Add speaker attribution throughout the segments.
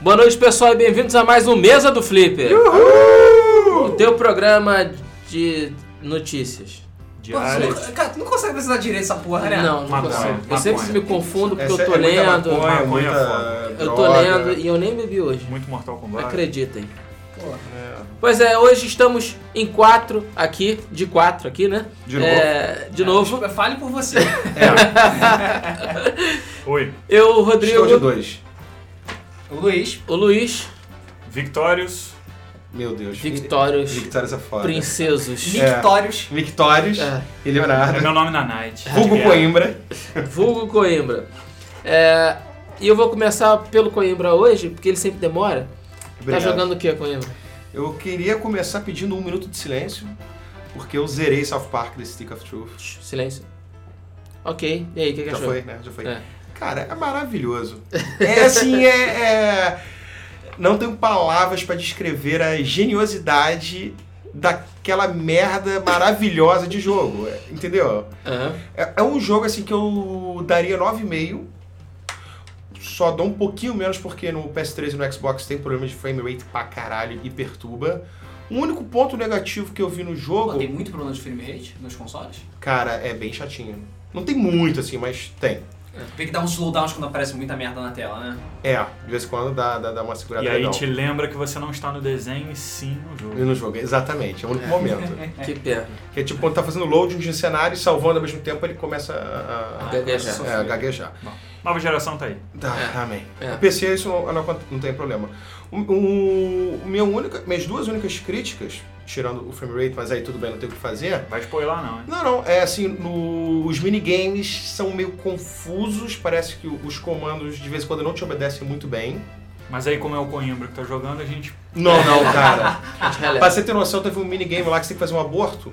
Speaker 1: Boa noite, pessoal, e bem-vindos a mais um Mesa do Flipper. O teu programa de notícias.
Speaker 2: Pô,
Speaker 3: Diário.
Speaker 2: tu não- cara, tu não consegue precisar direito essa porra, né?
Speaker 1: Não, não
Speaker 3: Maconha,
Speaker 1: consigo. Eu
Speaker 3: maconha.
Speaker 1: sempre me confundo porque
Speaker 4: Essa
Speaker 1: eu tô
Speaker 4: é muita
Speaker 1: lendo.
Speaker 4: maconha,
Speaker 3: Maconha
Speaker 4: muita
Speaker 3: é foda.
Speaker 1: eu tô
Speaker 4: droga.
Speaker 1: lendo e eu nem bebi hoje.
Speaker 3: Muito Mortal Kombat.
Speaker 1: Acreditem.
Speaker 2: Porra.
Speaker 1: Pois é, hoje estamos em quatro aqui, de quatro aqui, né?
Speaker 4: De novo.
Speaker 1: É, de
Speaker 2: É,
Speaker 1: novo.
Speaker 2: desculpa, Fale por você.
Speaker 3: Oi.
Speaker 1: Eu, o
Speaker 4: tá- Estou de
Speaker 1: Rodrigo,
Speaker 4: dois.
Speaker 2: O Luiz.
Speaker 1: o Luiz,
Speaker 3: Victorious. é
Speaker 4: Meu Deus.
Speaker 1: Victórios,
Speaker 4: Victórios é foda.
Speaker 1: Princesos,
Speaker 4: É.
Speaker 2: Victórios.
Speaker 4: Victórios
Speaker 1: É.
Speaker 4: e
Speaker 3: É
Speaker 4: Leonardo.
Speaker 3: meu nome na night.
Speaker 4: Vulgo Coimbra.
Speaker 1: vulgo Coimbra. É, e eu vou começar pelo Coimbra hoje, porque ele sempre demora.
Speaker 4: Obrigado.
Speaker 1: Tá jogando o que, Coimbra?
Speaker 4: Eu queria começar pedindo um minuto de silêncio, porque eu zerei South Park The Stick of Truth.
Speaker 1: Shh, Silêncio. Ok, e aí, o que, que
Speaker 4: Já
Speaker 1: achou?
Speaker 4: foi, né? Já foi.
Speaker 1: É.
Speaker 4: Cara, é maravilhoso. É assim, é. é- Não tenho palavras pra descrever a geniosidade daquela merda maravilhosa de jogo. é, Entendeu?
Speaker 1: Aham.
Speaker 4: É, é um jogo assim que eu daria 9,5. Só dou um pouquinho menos porque no PS3 e no Xbox tem problema de frame rate pra caralho e perturba. O único ponto negativo que eu vi no
Speaker 2: Pô, tem
Speaker 4: jogo,
Speaker 2: muito problema de frame rate nos consoles.
Speaker 4: cara, é bem chatinho. Não tem muito assim, mas tem.
Speaker 2: É, Tem que dar uns slowdowns quando aparece muita merda na tela, né?
Speaker 4: É, de vez em quando dá, dá, dá uma segurada
Speaker 3: E aí
Speaker 4: tá legal.
Speaker 3: te lembra que você não está no desenho e sim no jogo.
Speaker 4: E no jogo, exatamente, é o único momento.
Speaker 1: Que perna.
Speaker 4: Que é tipo quando tá fazendo loading de um cenário e salvando ao mesmo tempo, ele começa
Speaker 1: Ah,
Speaker 4: a,
Speaker 2: Ah,
Speaker 4: a-
Speaker 1: Gaguejar.
Speaker 4: é, a gaguejar.
Speaker 3: Nova geração tá aí.
Speaker 4: Tá,
Speaker 1: É.
Speaker 4: amém.
Speaker 1: É.
Speaker 4: O PC isso não, não, acon- não tem problema. O, o- o meu única, minhas duas únicas críticas, tirando o frame rate, mas aí tudo bem, não tem o que fazer.
Speaker 3: Vai spoiler não, hein?
Speaker 4: Não, não, é assim, no- os minigames são meio confusos, parece que o- os comandos de vez em quando não te obedecem muito bem.
Speaker 3: Mas aí como é o Coimbra que tá jogando, a gente...
Speaker 4: Não, não, cara.
Speaker 1: A gente releva.
Speaker 4: pra você ter noção, teve um minigame lá que você tem que fazer um aborto.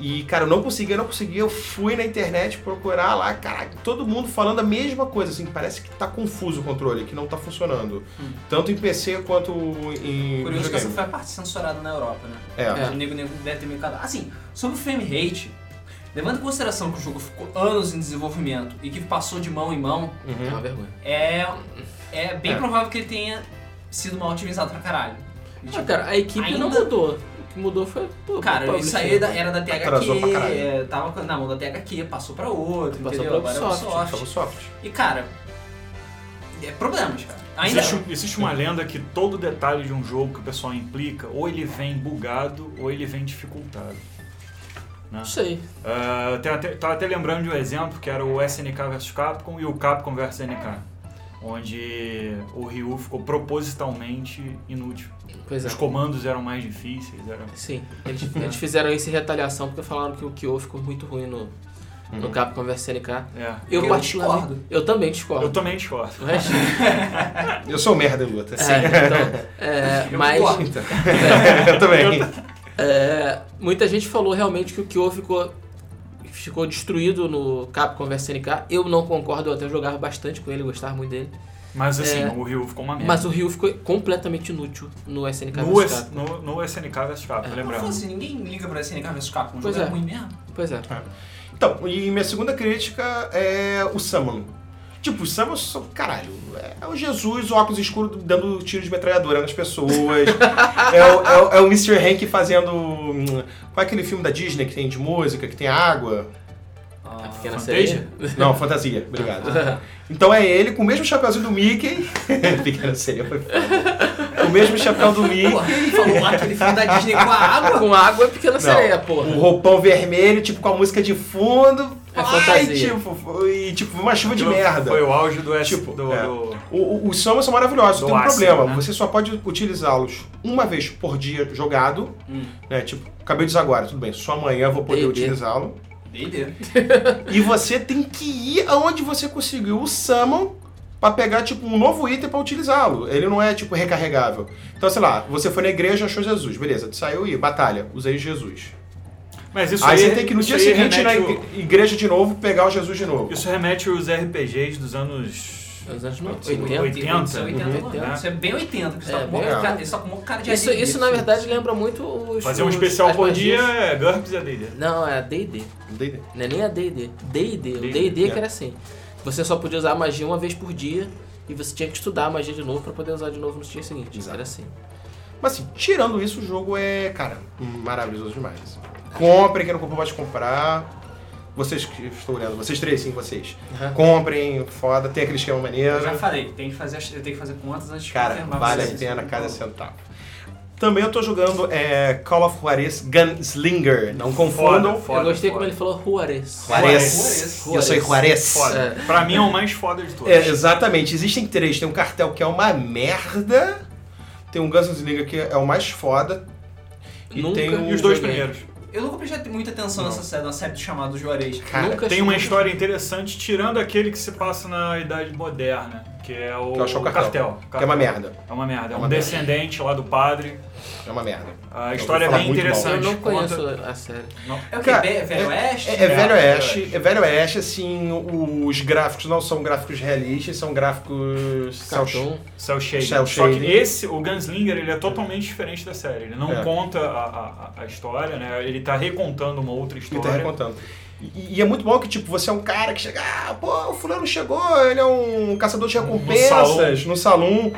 Speaker 4: E, cara, eu não conseguia, eu não conseguia. Eu fui na internet procurar lá, cara, todo mundo falando a mesma coisa, assim, parece que tá confuso o controle, que não tá funcionando. Tanto em PC quanto em.
Speaker 2: Curioso que essa
Speaker 4: videogame.
Speaker 2: foi a parte censurada na Europa, né?
Speaker 4: É.
Speaker 1: É.
Speaker 2: O nego, nego deve ter meio cagado. Assim, sobre o frame rate, levando em consideração que o jogo ficou anos em desenvolvimento e que passou de mão em mão,
Speaker 1: É uma
Speaker 4: Uhum.
Speaker 1: vergonha.
Speaker 2: é, é bem
Speaker 4: É.
Speaker 2: provável que ele tenha sido mal otimizado pra caralho. E,
Speaker 1: Ah,
Speaker 2: tipo,
Speaker 1: cara, a equipe não
Speaker 2: ainda-
Speaker 1: mudou. O que mudou foi. Pô,
Speaker 2: Cara,
Speaker 1: o
Speaker 2: isso
Speaker 1: publisher.
Speaker 2: aí era da- era da
Speaker 4: Atrasou pra
Speaker 2: THQ,
Speaker 4: caralho.
Speaker 2: é, tava na mão da THQ, passou pra outro,
Speaker 1: Passou
Speaker 2: entendeu?
Speaker 1: pra
Speaker 2: Agora é
Speaker 1: Ubisoft,
Speaker 4: Só o soft.
Speaker 2: E cara, é problemas, cara. Ainda
Speaker 3: Existe, um- existe uma lenda que todo detalhe de um jogo que o pessoal implica, ou ele vem bugado, ou ele vem dificultado.
Speaker 1: Não sei.
Speaker 3: Ah, tem até- tava até lembrando de um exemplo que era o SNK vs Capcom e o Capcom vs SNK. Onde o Ryu ficou propositalmente inútil.
Speaker 1: Pois é.
Speaker 3: Os comandos eram mais difíceis, era...
Speaker 1: Sim, eles, eles fizeram isso em retaliação porque falaram que o Kyo ficou muito ruim no, no Capcom vs SNK.
Speaker 3: É.
Speaker 1: Eu,
Speaker 2: Eu
Speaker 1: particularmente.
Speaker 2: discordo.
Speaker 1: Eu também discordo.
Speaker 3: Eu também discordo.
Speaker 1: O resto.
Speaker 4: Eu sou um merda tá em luta.
Speaker 1: É, então, é,
Speaker 2: Eu
Speaker 1: mas
Speaker 2: concordo.
Speaker 4: Então. eu também.
Speaker 1: é, muita gente falou realmente que o Kyo ficou, ficou destruído no Capcom vs SNK. Eu não concordo, eu até jogava bastante com ele, eu gostava muito dele.
Speaker 3: Mas assim,
Speaker 1: É.
Speaker 3: o Ryu ficou uma merda.
Speaker 1: Mas o Ryu ficou completamente inútil no SNK
Speaker 3: no,
Speaker 1: vs
Speaker 3: S-
Speaker 1: Capcom. É.
Speaker 3: no, no SNK vs Capcom,
Speaker 2: Não
Speaker 3: lembrando.
Speaker 4: assim?
Speaker 2: fosse, ninguém liga pra SNK vs Capcom, um
Speaker 1: Pois
Speaker 2: jogo é
Speaker 1: é.
Speaker 2: ruim mesmo.
Speaker 1: Pois é.
Speaker 3: Ah,
Speaker 4: Então, e minha segunda crítica é o Saman. Tipo, os Samans são, caralho, é o Jesus, o óculos escuro dando tiro de metralhadora nas pessoas. é, o, é, o, é o Mr. Hank fazendo. hum, Qual é aquele filme da Disney que tem de música, que tem água?
Speaker 2: Ah,
Speaker 1: A pequena
Speaker 3: Fantasia?
Speaker 1: sereia.
Speaker 4: Não, fantasia, obrigado. Então é ele com o mesmo chapéuzinho do Mickey. Pequena seria foi foda. O mesmo chapéu do Mickey.
Speaker 2: Pô, ele falou lá aquele filme da Disney com a água.
Speaker 1: Com água é pequena sereia,
Speaker 4: O
Speaker 1: porra.
Speaker 4: roupão vermelho, tipo, com a música de fundo.
Speaker 1: É
Speaker 4: Ai,
Speaker 1: fantasia.
Speaker 4: tipo, foi- e tipo, uma chuva de
Speaker 3: Aquilo
Speaker 4: merda.
Speaker 3: Foi o auge do S
Speaker 4: Tipo,
Speaker 3: do,
Speaker 4: é.
Speaker 3: do-
Speaker 4: O- o- Os somas são maravilhosos, só
Speaker 3: Do
Speaker 4: tem um
Speaker 3: ácido,
Speaker 4: problema.
Speaker 3: né?
Speaker 4: Você só pode utilizá-los uma vez por dia jogado.
Speaker 2: Hum.
Speaker 4: Né? Tipo, acabei de usar agora, tudo bem. Só amanhã eu vou poder
Speaker 1: Entendi.
Speaker 4: utilizá-lo.
Speaker 2: D&D.
Speaker 4: E você tem que ir aonde você conseguiu o summon pra pegar, tipo, um novo item pra utilizá-lo. Ele não é, tipo, recarregável. Então, sei lá, você foi na igreja, achou Jesus. Beleza, tu saiu e batalha. Usei Jesus.
Speaker 3: Mas isso
Speaker 4: aí,
Speaker 3: aí,
Speaker 4: você tem que ir no
Speaker 3: isso
Speaker 4: dia
Speaker 3: aí
Speaker 4: seguinte ir na
Speaker 3: remete
Speaker 4: igre- igreja de novo, pegar o Jesus de novo.
Speaker 3: o- Isso remete aos RPGs dos anos...
Speaker 1: Nos anos
Speaker 3: Sim,
Speaker 1: 80.
Speaker 3: 80,
Speaker 2: Isso é 80,
Speaker 3: né?
Speaker 2: não, Isso é bem 80, que você
Speaker 1: É,
Speaker 2: tá com
Speaker 1: bem
Speaker 2: uma cara-
Speaker 4: alto.
Speaker 2: ele só com uma cara de
Speaker 1: Isso,
Speaker 2: AD&D,
Speaker 1: isso na verdade lembra muito os.
Speaker 3: Fazer um
Speaker 1: os-
Speaker 3: especial
Speaker 1: as
Speaker 3: por dia
Speaker 1: magias.
Speaker 3: é GURPS e AD&D.
Speaker 1: Não, é a DD.
Speaker 4: Entendi.
Speaker 1: Não é nem a DD. DD. O
Speaker 3: D&D,
Speaker 1: DD que
Speaker 4: é.
Speaker 1: era assim. Você só podia usar a magia uma vez por dia. e você tinha que estudar a magia de novo pra poder usar de novo nos dias seguintes.
Speaker 4: Exato.
Speaker 1: Era assim.
Speaker 4: Mas assim, tirando isso, o jogo é, cara, maravilhoso demais. assim. Comprem, quem não comprou pode comprar. Vocês que estou olhando, vocês três, sim, vocês.
Speaker 1: Aham.
Speaker 4: Comprem, foda, tem aquele esquema maneiro.
Speaker 2: Eu já falei, tem que fazer, as- tem que fazer contas antes de
Speaker 4: Cara,
Speaker 2: confirmar
Speaker 4: vale a
Speaker 2: vocês.
Speaker 4: pena cada centavo. Também eu tô jogando é, Call of Juarez Gunslinger. Não confundam.
Speaker 3: Foda,
Speaker 1: Eu gostei como
Speaker 3: foda.
Speaker 1: ele falou Juarez.
Speaker 4: Juarez.
Speaker 2: Juarez.
Speaker 4: Eu sou Juarez.
Speaker 3: Foda.
Speaker 1: É.
Speaker 3: Pra mim é o mais foda de todos.
Speaker 4: É, exatamente. Existem três. Tem um cartel que é uma merda. Tem um Gunslinger que é o mais foda. E
Speaker 1: Nunca-
Speaker 4: tem o-
Speaker 3: E os dois
Speaker 1: Joguei.
Speaker 3: primeiros.
Speaker 2: Eu nunca prestei muita atenção
Speaker 4: Não.
Speaker 2: nessa série, na série chamada Juarez.
Speaker 4: Cara,
Speaker 1: Nunca
Speaker 3: Tem uma
Speaker 1: achei-
Speaker 3: história interessante, tirando aquele que se passa na Idade Moderna, que é o,
Speaker 4: Que eu acho que é o cartel.
Speaker 3: cartel.
Speaker 4: Que é uma merda.
Speaker 3: É uma merda. É,
Speaker 4: É
Speaker 3: um
Speaker 4: uma merda.
Speaker 3: descendente lá do padre.
Speaker 4: É uma merda.
Speaker 3: A
Speaker 4: Eu
Speaker 3: história é
Speaker 4: ouvi falar
Speaker 3: bem
Speaker 4: muito mal.
Speaker 1: Eu
Speaker 3: interessante.
Speaker 1: não conheço
Speaker 3: Conta-
Speaker 1: a série.
Speaker 3: Não.
Speaker 2: É o que?
Speaker 4: Cara,
Speaker 2: Velho Oeste?
Speaker 4: É, é
Speaker 3: É,
Speaker 4: velho
Speaker 3: velho
Speaker 4: oeste, é velho oeste, assim, os gráficos não são gráficos realistas, são gráficos cel-
Speaker 1: Cartoon.
Speaker 3: Cell Shading.
Speaker 4: Cell
Speaker 3: Só que
Speaker 4: Shading.
Speaker 3: esse, o Gunslinger, ele é totalmente diferente da série. Ele não
Speaker 4: É.
Speaker 3: conta a, a- a história, né? Ele tá recontando uma outra
Speaker 4: E tá
Speaker 3: história.
Speaker 4: recontando. E, e é muito bom que, tipo, você é um cara que chega, ah, pô, o fulano chegou, ele é um caçador de
Speaker 3: No
Speaker 4: recompensas no salão.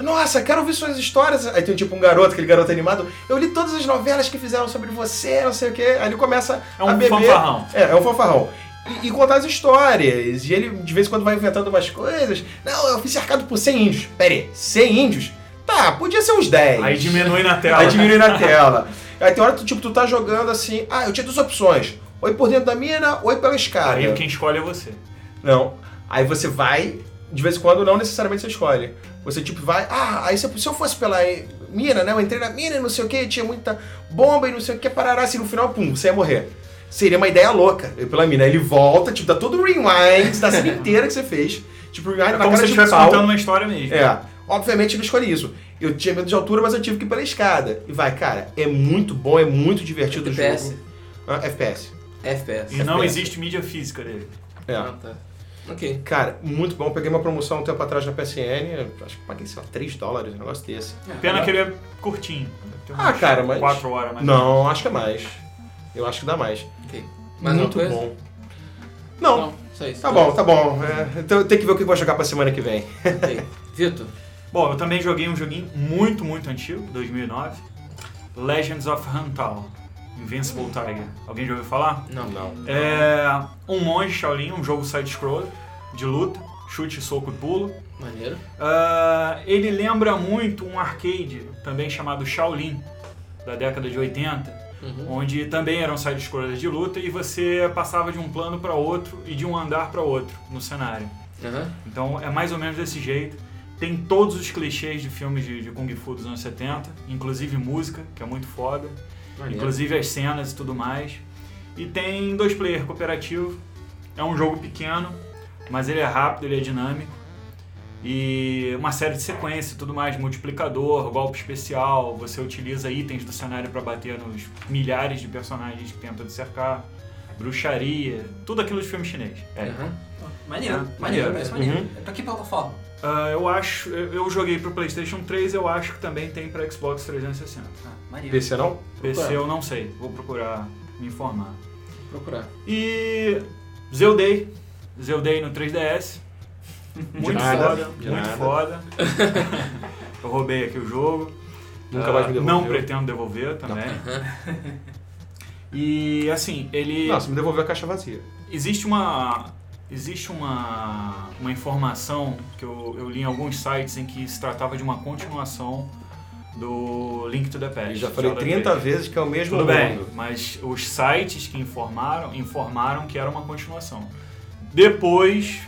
Speaker 4: Nossa, quero ouvir suas histórias. Aí tem tipo um garoto, aquele garoto animado. Eu li todas as novelas que fizeram sobre você, não sei o quê. Aí ele começa
Speaker 3: é
Speaker 4: a
Speaker 3: um
Speaker 4: beber.
Speaker 3: fanfarrão.
Speaker 4: É, é um fanfarrão. E, e contar as histórias. E ele de vez em quando vai inventando umas coisas. Não, eu fui cercado por 100 índios. Pera aí, 100 índios? Tá, podia ser uns 10.
Speaker 3: Aí diminui na tela. né?
Speaker 4: Aí diminui na tela. Aí tem hora que tu, tipo, tu tá jogando assim. Ah, eu tinha duas opções. Ou ir por dentro da mina, ou ir pela escada.
Speaker 3: Aí quem escolhe é você.
Speaker 4: Não. Aí você vai, de vez em quando, não necessariamente você escolhe. Você tipo vai, ah, aí se eu- se eu fosse pela eh, mina, né? Eu entrei na mina e não sei o que, tinha muita bomba e não sei o que, parará, assim no final, pum, você ia morrer. Seria uma ideia louca, eu pela mina. Aí ele volta, tipo, dá todo o rewind da cena inteira que você fez. Tipo, rewind
Speaker 3: É
Speaker 4: na
Speaker 3: como se você
Speaker 4: cara de
Speaker 3: estivesse
Speaker 4: pau.
Speaker 3: contando um uma história mesmo.
Speaker 4: É. Obviamente eu não escolhi isso. Eu tinha medo de altura, mas eu tive que ir pela escada. E vai, cara, é muito bom, é muito divertido o
Speaker 1: FPS.
Speaker 4: jogo. Ah, FPS.
Speaker 1: FPS.
Speaker 3: E não
Speaker 4: FPS.
Speaker 3: existe mídia física dele.
Speaker 4: É.
Speaker 1: Ah, tá. Ok.
Speaker 4: Cara, muito bom. Eu Peguei uma promoção um tempo atrás na PSN, acho que paguei, sei lá, 3 dólares, um negócio desse.
Speaker 3: Pena que ele é curtinho. Tem
Speaker 4: Ah,
Speaker 3: umas
Speaker 4: cara, mas-
Speaker 3: Quatro horas, mas...
Speaker 4: Não, acho que é mais. Eu acho que dá mais.
Speaker 1: ok. Mais
Speaker 4: muito
Speaker 1: alguma coisa?
Speaker 4: bom. Não,
Speaker 1: Não, só isso.
Speaker 4: tá bom, tá bom. É, então tem que ver o que eu vou jogar pra semana que vem.
Speaker 1: Ok. Vitor,
Speaker 3: Bom, eu também joguei um joguinho muito, muito antigo, 2009. Legends of Hantal. Invincible Tiger. Alguém já ouviu falar?
Speaker 1: não.
Speaker 3: É um monge Shaolin, um jogo side-scroller, de luta, chute, soco e pulo.
Speaker 1: Maneiro.
Speaker 3: Ah, ele lembra muito um arcade, também chamado Shaolin, da década de 80.
Speaker 1: Uhum.
Speaker 3: Onde também eram side-scrollers de luta e você passava de um plano para outro e de um andar para outro no cenário.
Speaker 1: Aham.
Speaker 3: Então é mais ou menos desse jeito. Tem todos os clichês de filmes de, de Kung Fu dos anos 70, inclusive música, que é muito foda,
Speaker 1: Maneiro.
Speaker 3: inclusive as cenas e tudo mais. E tem dois player cooperativo. É um jogo pequeno, mas ele é rápido, ele é dinâmico. E uma série de sequências e tudo mais, multiplicador, golpe especial, você utiliza itens do cenário para bater nos milhares de personagens que tentam te cercar, bruxaria, tudo aquilo de filme chinês. É.
Speaker 1: Aham.
Speaker 2: Maneiro,
Speaker 3: Ah,
Speaker 2: maneiro,
Speaker 3: maneiro,
Speaker 2: parece
Speaker 4: é.
Speaker 2: maneiro.
Speaker 4: Uhum.
Speaker 2: Pra que plataforma?
Speaker 3: Ah, eu acho, eu eu joguei pro PlayStation 3, eu acho que também tem pra Xbox 360.
Speaker 2: Ah, maneiro.
Speaker 4: PC não?
Speaker 3: PC
Speaker 1: Ué.
Speaker 3: eu não sei, vou procurar me informar.
Speaker 1: Procurar.
Speaker 3: E Zeldei, Zeldei no 3DS. Muito
Speaker 4: nada,
Speaker 3: foda,
Speaker 4: de
Speaker 3: muito
Speaker 4: nada.
Speaker 3: foda. eu roubei aqui o jogo.
Speaker 4: Nunca
Speaker 3: Ah,
Speaker 4: mais me devolveu.
Speaker 3: Não pretendo devolver também. E assim, ele
Speaker 4: Nossa, me devolveu a caixa vazia.
Speaker 3: existe uma existe uma, uma informação que eu, eu li em alguns sites em que se tratava de uma continuação do Link to the Past.
Speaker 4: Eu já falei
Speaker 3: Zelda
Speaker 4: 30
Speaker 3: três.
Speaker 4: vezes que é o mesmo
Speaker 3: Tudo bem,
Speaker 4: mundo.
Speaker 3: mas os sites que informaram informaram que era uma continuação. Depois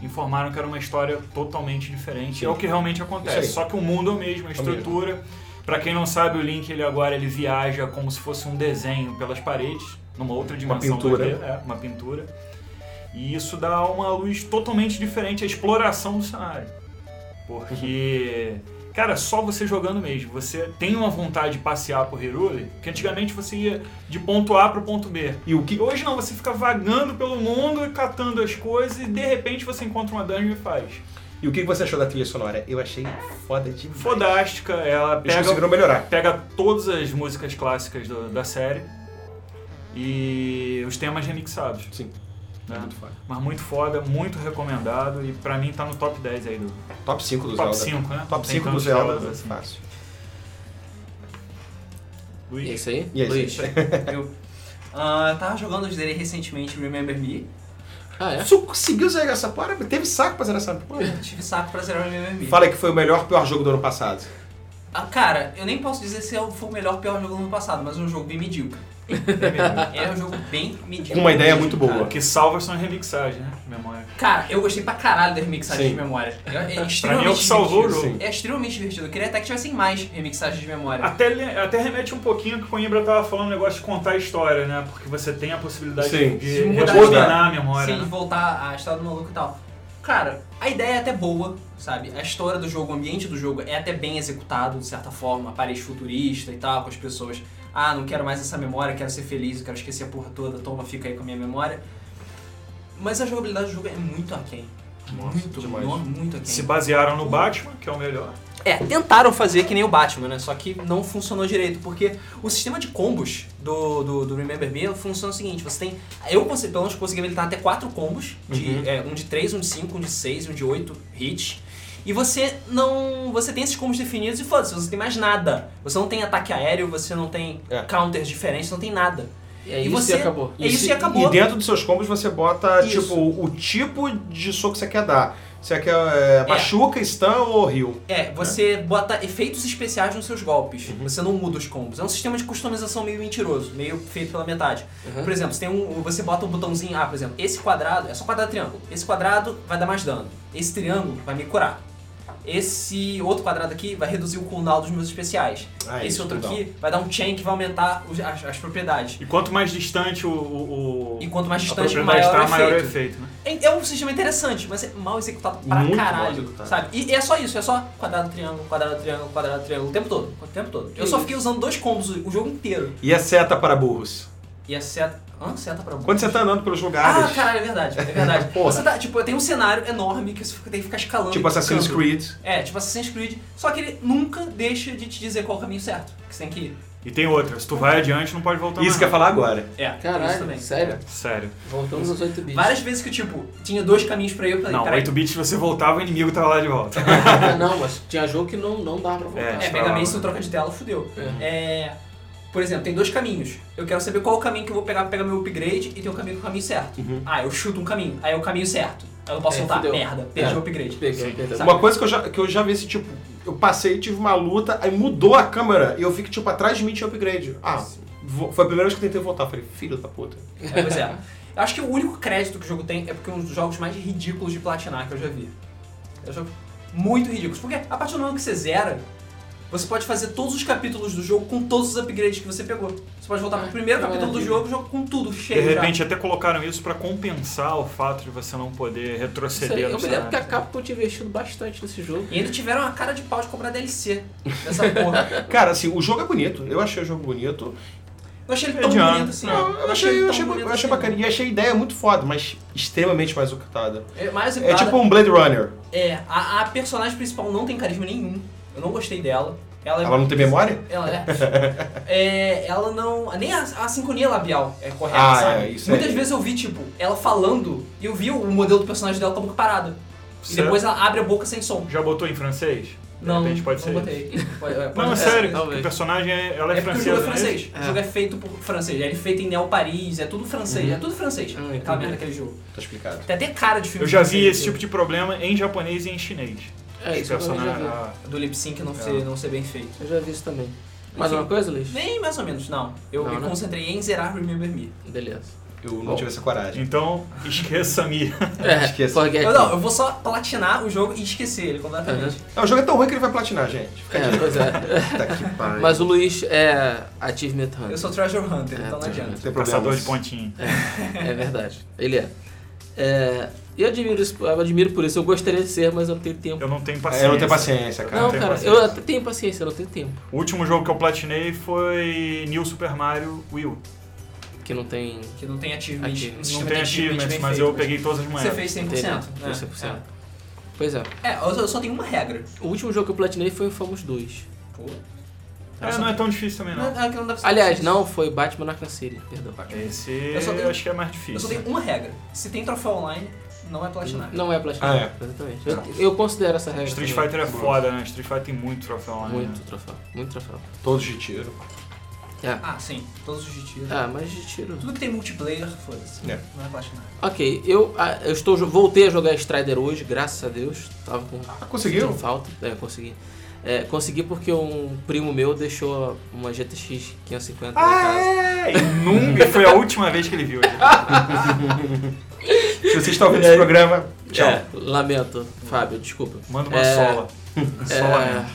Speaker 3: informaram que era uma história totalmente diferente.
Speaker 4: Sim.
Speaker 3: É o que realmente acontece.
Speaker 4: Isso
Speaker 3: Só
Speaker 4: aí.
Speaker 3: que o mundo é o mesmo, a
Speaker 4: É o mesmo.
Speaker 3: estrutura. Pra quem não sabe, o Link ele agora ele viaja como se fosse um desenho pelas paredes, numa outra dimensão.
Speaker 4: pintura.
Speaker 3: 2D, é, uma pintura. E isso dá uma luz totalmente diferente à exploração do cenário. Porque, cara, só você jogando mesmo. Você tem uma vontade de passear por Hyrule, que antigamente você ia de ponto A pro ponto B.
Speaker 4: E o
Speaker 3: E
Speaker 4: que.
Speaker 3: hoje não, você fica vagando pelo mundo e catando as coisas e de repente você encontra uma dungeon e faz.
Speaker 4: E o que você achou da trilha sonora? Eu achei foda demais.
Speaker 3: Fodástica, ela
Speaker 4: Eles
Speaker 3: pega
Speaker 4: conseguiram melhorar.
Speaker 3: pega todas as músicas clássicas do- da série e os temas remixados.
Speaker 4: Sim.
Speaker 3: né?
Speaker 4: Muito foda.
Speaker 3: Mas muito foda, muito recomendado e pra mim tá no top 10 aí do
Speaker 4: Top 5 do
Speaker 3: top
Speaker 4: Zelda.
Speaker 3: 5, né?
Speaker 4: Top
Speaker 3: Tem
Speaker 4: 5 do
Speaker 3: tantos
Speaker 4: Zelda,
Speaker 3: Zeldas, assim.
Speaker 4: fácil.
Speaker 1: E é
Speaker 3: Luiz,
Speaker 1: isso aí?
Speaker 4: E é isso aí.
Speaker 1: Luiz?
Speaker 2: Eu ah, tava jogando os dele recentemente, Remember Me.
Speaker 1: Ah, é?
Speaker 4: Você conseguiu zerar essa porra? Teve saco pra zerar essa porra?
Speaker 2: Eu tive saco pra zerar o Remember Me.
Speaker 4: Fala que foi o melhor pior jogo do ano passado.
Speaker 2: Ah, cara, eu nem posso dizer se foi o melhor ou pior jogo do ano passado, mas é um jogo bem medíocre. É um jogo bem medíocre.
Speaker 4: Com uma ideia muito
Speaker 3: o
Speaker 4: boa.
Speaker 3: que salva são as remixagens, né? Memória.
Speaker 2: Cara, eu gostei pra caralho da remixagem
Speaker 4: Sim.
Speaker 2: de memória. É, é
Speaker 3: Pra mim é o que
Speaker 2: extremamente
Speaker 3: salvou o
Speaker 2: divertido.
Speaker 3: jogo.
Speaker 4: sim.
Speaker 2: É extremamente divertido. Eu queria até que tivessem mais remixagens de memória.
Speaker 3: Até, le- até remete um pouquinho que o Coimbra tava falando o negócio de contar a história, né? Porque você tem a possibilidade
Speaker 4: Sim.
Speaker 3: de
Speaker 2: De mudar.
Speaker 3: rebobinar a memória,
Speaker 2: Sim,
Speaker 3: né?
Speaker 2: voltar à história do maluco e tal. Cara, a ideia é até boa, sabe? A história do jogo, o ambiente do jogo é até bem executado, de certa forma, a parede futurista e tal, com as pessoas. Ah, não quero mais essa memória, quero ser feliz, eu quero esquecer a porra toda, toma, fica aí com a minha memória. Mas a jogabilidade do jogo é muito aquém.
Speaker 3: Nossa,
Speaker 2: muito,
Speaker 4: demais.
Speaker 2: muito, muito aquém.
Speaker 3: Se basearam no Batman, que é o melhor.
Speaker 2: É, tentaram fazer que nem o Batman, né? Só que não funcionou direito, porque o sistema de combos do, do, do Remember Me funciona o seguinte, você tem... Eu, conse- pelo menos, consegui habilitar até quatro combos, de,
Speaker 4: Uhum.
Speaker 2: é, um de 3, um de 5, um de 6, um de 8 hits. E você não... Você tem esses combos definidos e foda-se, você não tem mais nada. Você não tem ataque aéreo, você não tem
Speaker 4: É.
Speaker 2: counters diferentes, não tem nada.
Speaker 1: E é
Speaker 2: E
Speaker 1: isso e
Speaker 2: você-
Speaker 1: acabou.
Speaker 2: É isso e acabou.
Speaker 4: E dentro dos seus combos você bota,
Speaker 2: Isso.
Speaker 4: tipo, o tipo de soco que você quer dar. Você quer é, machuca, stun ou heal.
Speaker 2: É, você bota efeitos especiais nos seus golpes. Você não muda os combos. É um sistema de customização meio mentiroso, meio feito pela metade.
Speaker 1: Uhum.
Speaker 2: Por exemplo, você, tem um, você bota um botãozinho, ah, por exemplo, esse quadrado, é só quadrado e triângulo. Esse quadrado vai dar mais dano. Esse triângulo vai me curar. Esse outro quadrado aqui vai reduzir o cooldown dos meus especiais.
Speaker 4: Ah,
Speaker 2: esse é
Speaker 4: isso,
Speaker 2: outro
Speaker 4: cooldown.
Speaker 2: aqui vai dar um chain que vai aumentar os- as, as propriedades.
Speaker 3: E quanto mais distante o, o, o-
Speaker 2: E quanto mais
Speaker 3: a
Speaker 2: distante, maior,
Speaker 3: propriedade está,
Speaker 2: o
Speaker 3: maior o
Speaker 2: efeito.
Speaker 3: efeito, né?
Speaker 2: É é um sistema interessante, mas é mal executado pra
Speaker 4: Muito mal
Speaker 2: caralho,
Speaker 4: executado.
Speaker 2: sabe? E é só isso, é só quadrado, triângulo, quadrado, triângulo, quadrado, triângulo, o tempo todo, o tempo todo. Eu só fiquei usando dois combos o o jogo inteiro.
Speaker 4: E é seta para burros.
Speaker 2: E a seta... Hã? Seta pra
Speaker 4: Quando você tá andando pelos
Speaker 2: Ah,
Speaker 4: lugares,
Speaker 2: caralho, é verdade, é verdade.
Speaker 4: Porra.
Speaker 2: Você tá, tipo, tem um cenário enorme que você fica- tem que ficar escalando.
Speaker 4: tipo
Speaker 2: e
Speaker 4: Assassin's
Speaker 2: tocando.
Speaker 4: Creed,
Speaker 2: É, tipo Assassin's Creed, só que ele nunca deixa de te dizer qual o caminho certo que você tem que ir.
Speaker 3: E tem outra, se tu vai adiante, não pode voltar
Speaker 4: isso que eu
Speaker 3: mais.
Speaker 4: ia falar agora.
Speaker 2: É, isso
Speaker 1: Caralho, é
Speaker 2: também.
Speaker 1: sério?
Speaker 3: Sério.
Speaker 1: Voltamos aos 8 bits.
Speaker 2: Várias vezes que, tipo, tinha dois caminhos pra ir, eu falei,
Speaker 3: Não,
Speaker 2: caralho,
Speaker 3: 8 bits você voltava, o inimigo tava lá de volta.
Speaker 1: Ah, não, mas tinha jogo que não, não dava pra voltar.
Speaker 2: É,
Speaker 3: Acho
Speaker 2: Mega
Speaker 3: pra
Speaker 2: Man,
Speaker 3: lá.
Speaker 2: se tu troca de tela, fudeu.
Speaker 1: É.
Speaker 2: É, por exemplo, tem dois caminhos. Eu quero saber qual o caminho que eu vou pegar pra pegar meu upgrade e tem o caminho que é o caminho certo. Ah, eu chuto um caminho, aí é o caminho certo. Aí eu não posso
Speaker 1: É,
Speaker 2: soltar,
Speaker 1: fudeu.
Speaker 2: merda, perdi
Speaker 1: É.
Speaker 2: o upgrade.
Speaker 1: Peguei,
Speaker 3: Sim.
Speaker 1: peguei.
Speaker 2: Sabe?
Speaker 4: Uma coisa que eu, já, que eu já vi esse tipo, eu passei, tive uma luta, aí mudou a câmera e eu fico, tipo, atrás de mim tinha upgrade. Ah, vo- foi a primeira vez que eu tentei voltar. Falei, filho da puta.
Speaker 2: É, pois é. Eu acho que o único crédito que o jogo tem é porque é um dos jogos mais ridículos de platinar que eu já vi. É um jogo muito ridículo. Porque a partir do momento que você zera, você pode fazer todos os capítulos do jogo com todos os upgrades que você pegou. Você pode voltar pro primeiro
Speaker 1: que
Speaker 2: capítulo do
Speaker 1: maravilha.
Speaker 2: jogo, jogo com tudo
Speaker 3: De
Speaker 2: cheio já.
Speaker 3: repente até colocaram isso pra compensar o fato de você não poder
Speaker 1: Isso aí,
Speaker 3: retroceder
Speaker 1: Eu
Speaker 3: no
Speaker 1: me lembro que a
Speaker 3: cenário.
Speaker 1: Capcom tinha investido bastante nesse jogo.
Speaker 2: E ainda tiveram a cara de pau de comprar DLC nessa porra.
Speaker 4: Cara, assim, o jogo é bonito. Eu achei o jogo bonito.
Speaker 2: Eu achei ele tão
Speaker 3: Mediano.
Speaker 2: bonito assim.
Speaker 4: Não, eu achei, eu
Speaker 2: tão
Speaker 4: achei, eu
Speaker 2: bonito
Speaker 4: achei
Speaker 2: assim.
Speaker 4: bacana. E achei a ideia muito foda, mas extremamente mais executada.
Speaker 2: É, mais
Speaker 4: É tipo um Blade Runner.
Speaker 2: É, a, a personagem principal não tem carisma nenhum. Eu não gostei dela. Ela, é
Speaker 4: Ela não tem memória?
Speaker 2: Ela é. É, Ela não. Nem a, a sincronia labial é correta,
Speaker 4: Ah,
Speaker 2: sabe?
Speaker 4: é, isso
Speaker 2: Muitas
Speaker 4: é-
Speaker 2: vezes eu vi, tipo, ela falando e eu vi o modelo do personagem dela com a boca parada. E
Speaker 3: Certo.
Speaker 2: depois ela abre a boca sem som.
Speaker 3: Já botou em francês? De
Speaker 2: Não,
Speaker 3: repente pode
Speaker 2: não
Speaker 3: ser.
Speaker 2: botei. Pode- é, pode-
Speaker 3: Não, é
Speaker 2: é,
Speaker 3: sério,
Speaker 1: talvez.
Speaker 3: o personagem é, ela é,
Speaker 2: É porque o
Speaker 3: francesa.
Speaker 2: jogo é
Speaker 3: né?
Speaker 2: francês.
Speaker 1: É.
Speaker 2: O jogo é feito por francês. Ele é feito em Neo Paris, é tudo francês. É tudo francês.
Speaker 1: Ah,
Speaker 2: aquela
Speaker 1: entendi.
Speaker 2: merda daquele jogo.
Speaker 4: Tá explicado.
Speaker 2: Tem até cara de filme
Speaker 3: Eu já vi
Speaker 2: francês,
Speaker 3: esse tipo de problema em japonês e em chinês.
Speaker 1: É, isso eu
Speaker 3: Personagem-
Speaker 1: já vi.
Speaker 3: a-
Speaker 2: Do lip sync não ser, não ser bem feito.
Speaker 1: Eu já vi isso também. Mais
Speaker 2: Enfim.
Speaker 1: uma coisa, Luiz?
Speaker 2: Nem mais ou menos, não. Eu
Speaker 1: Não,
Speaker 2: me
Speaker 1: né?
Speaker 2: concentrei em zerar Remember Me.
Speaker 1: Beleza.
Speaker 4: Eu não
Speaker 1: Bom.
Speaker 4: tive essa coragem.
Speaker 3: Então, esqueça-me.
Speaker 1: É,
Speaker 4: Esquece.
Speaker 1: forget
Speaker 2: Eu
Speaker 1: me.
Speaker 2: não, eu vou só platinar o jogo e esquecer ele completamente.
Speaker 4: Não, o jogo é tão ruim que ele vai platinar, gente. Fica
Speaker 1: É, pois Hum. é.
Speaker 4: Tá que pariu.
Speaker 1: Mas o Luiz é Achievement Hunter.
Speaker 2: Eu sou Treasure Hunter, então não
Speaker 1: tá.
Speaker 2: adianta.
Speaker 4: tem
Speaker 3: Passador
Speaker 4: problemas.
Speaker 3: de pontinho.
Speaker 1: É verdade. Ele é. É, eu admiro isso, eu admiro por isso. Eu gostaria de ser, mas eu não tenho tempo.
Speaker 3: Eu não tenho
Speaker 4: É,
Speaker 3: paciência.
Speaker 4: eu não tenho paciência,
Speaker 1: Não,
Speaker 3: Eu
Speaker 4: cara.
Speaker 3: tenho
Speaker 1: cara, eu
Speaker 3: paciência.
Speaker 1: até tenho paciência, eu não tenho tempo.
Speaker 3: O último jogo que eu platinei foi New Super Mario Wii U.
Speaker 1: Que não tem.
Speaker 2: Que não tem achievement.
Speaker 1: Aqui.
Speaker 3: Não tem
Speaker 2: tem achievement
Speaker 3: achievements,
Speaker 2: é bem
Speaker 3: mas
Speaker 2: feito, né?
Speaker 3: eu peguei todas as
Speaker 2: Você
Speaker 3: moedas.
Speaker 2: fez 100%.
Speaker 1: não tem nada,
Speaker 2: né?
Speaker 1: 100%. Pois é.
Speaker 2: É, É, eu só- eu só tenho uma regra.
Speaker 1: O último jogo que eu platinei foi o Infamous 2.
Speaker 2: Pô,
Speaker 3: É, não é tão difícil também, não.
Speaker 2: Não, é que não deve ser
Speaker 1: Aliás,
Speaker 2: difícil.
Speaker 1: não, foi Batman Arkham City, perdão.
Speaker 3: Esse
Speaker 2: Eu
Speaker 3: eu,
Speaker 2: só tenho-
Speaker 3: acho que é mais
Speaker 2: Eu só
Speaker 3: difícil.
Speaker 2: tenho uma regra. Se tem troféu online, não é platinar.
Speaker 1: Não é Plastic Man,
Speaker 4: Ah, é.
Speaker 1: exatamente. Eu, eu considero essa regra.
Speaker 3: Street
Speaker 1: também.
Speaker 3: Fighter é foda, né? Street Fighter tem muito troféu online. né?
Speaker 1: Muito troféu, muito troféu.
Speaker 4: Todos de tiro.
Speaker 2: Ah, sim. Todos os de tiro.
Speaker 1: Ah, mas de tiro.
Speaker 2: Tudo que tem multiplayer, foda-se.
Speaker 4: É.
Speaker 2: Não é platinar.
Speaker 1: Ok, eu, ah, eu estou, jo- voltei a jogar Strider hoje, graças a Deus. Tava com
Speaker 4: Ah, conseguiu?
Speaker 1: sentindo falta. É, consegui. É, consegui porque um primo meu deixou uma GTX 550 em
Speaker 3: Ah,
Speaker 1: casa.
Speaker 3: é! E nunca foi a última vez que ele viu. ele.
Speaker 4: Se vocês estão ouvindo esse programa, tchau.
Speaker 1: É, lamento, Fábio, desculpa.
Speaker 3: Manda uma
Speaker 1: É,
Speaker 3: sola. Sola né?
Speaker 1: É,
Speaker 3: mesmo.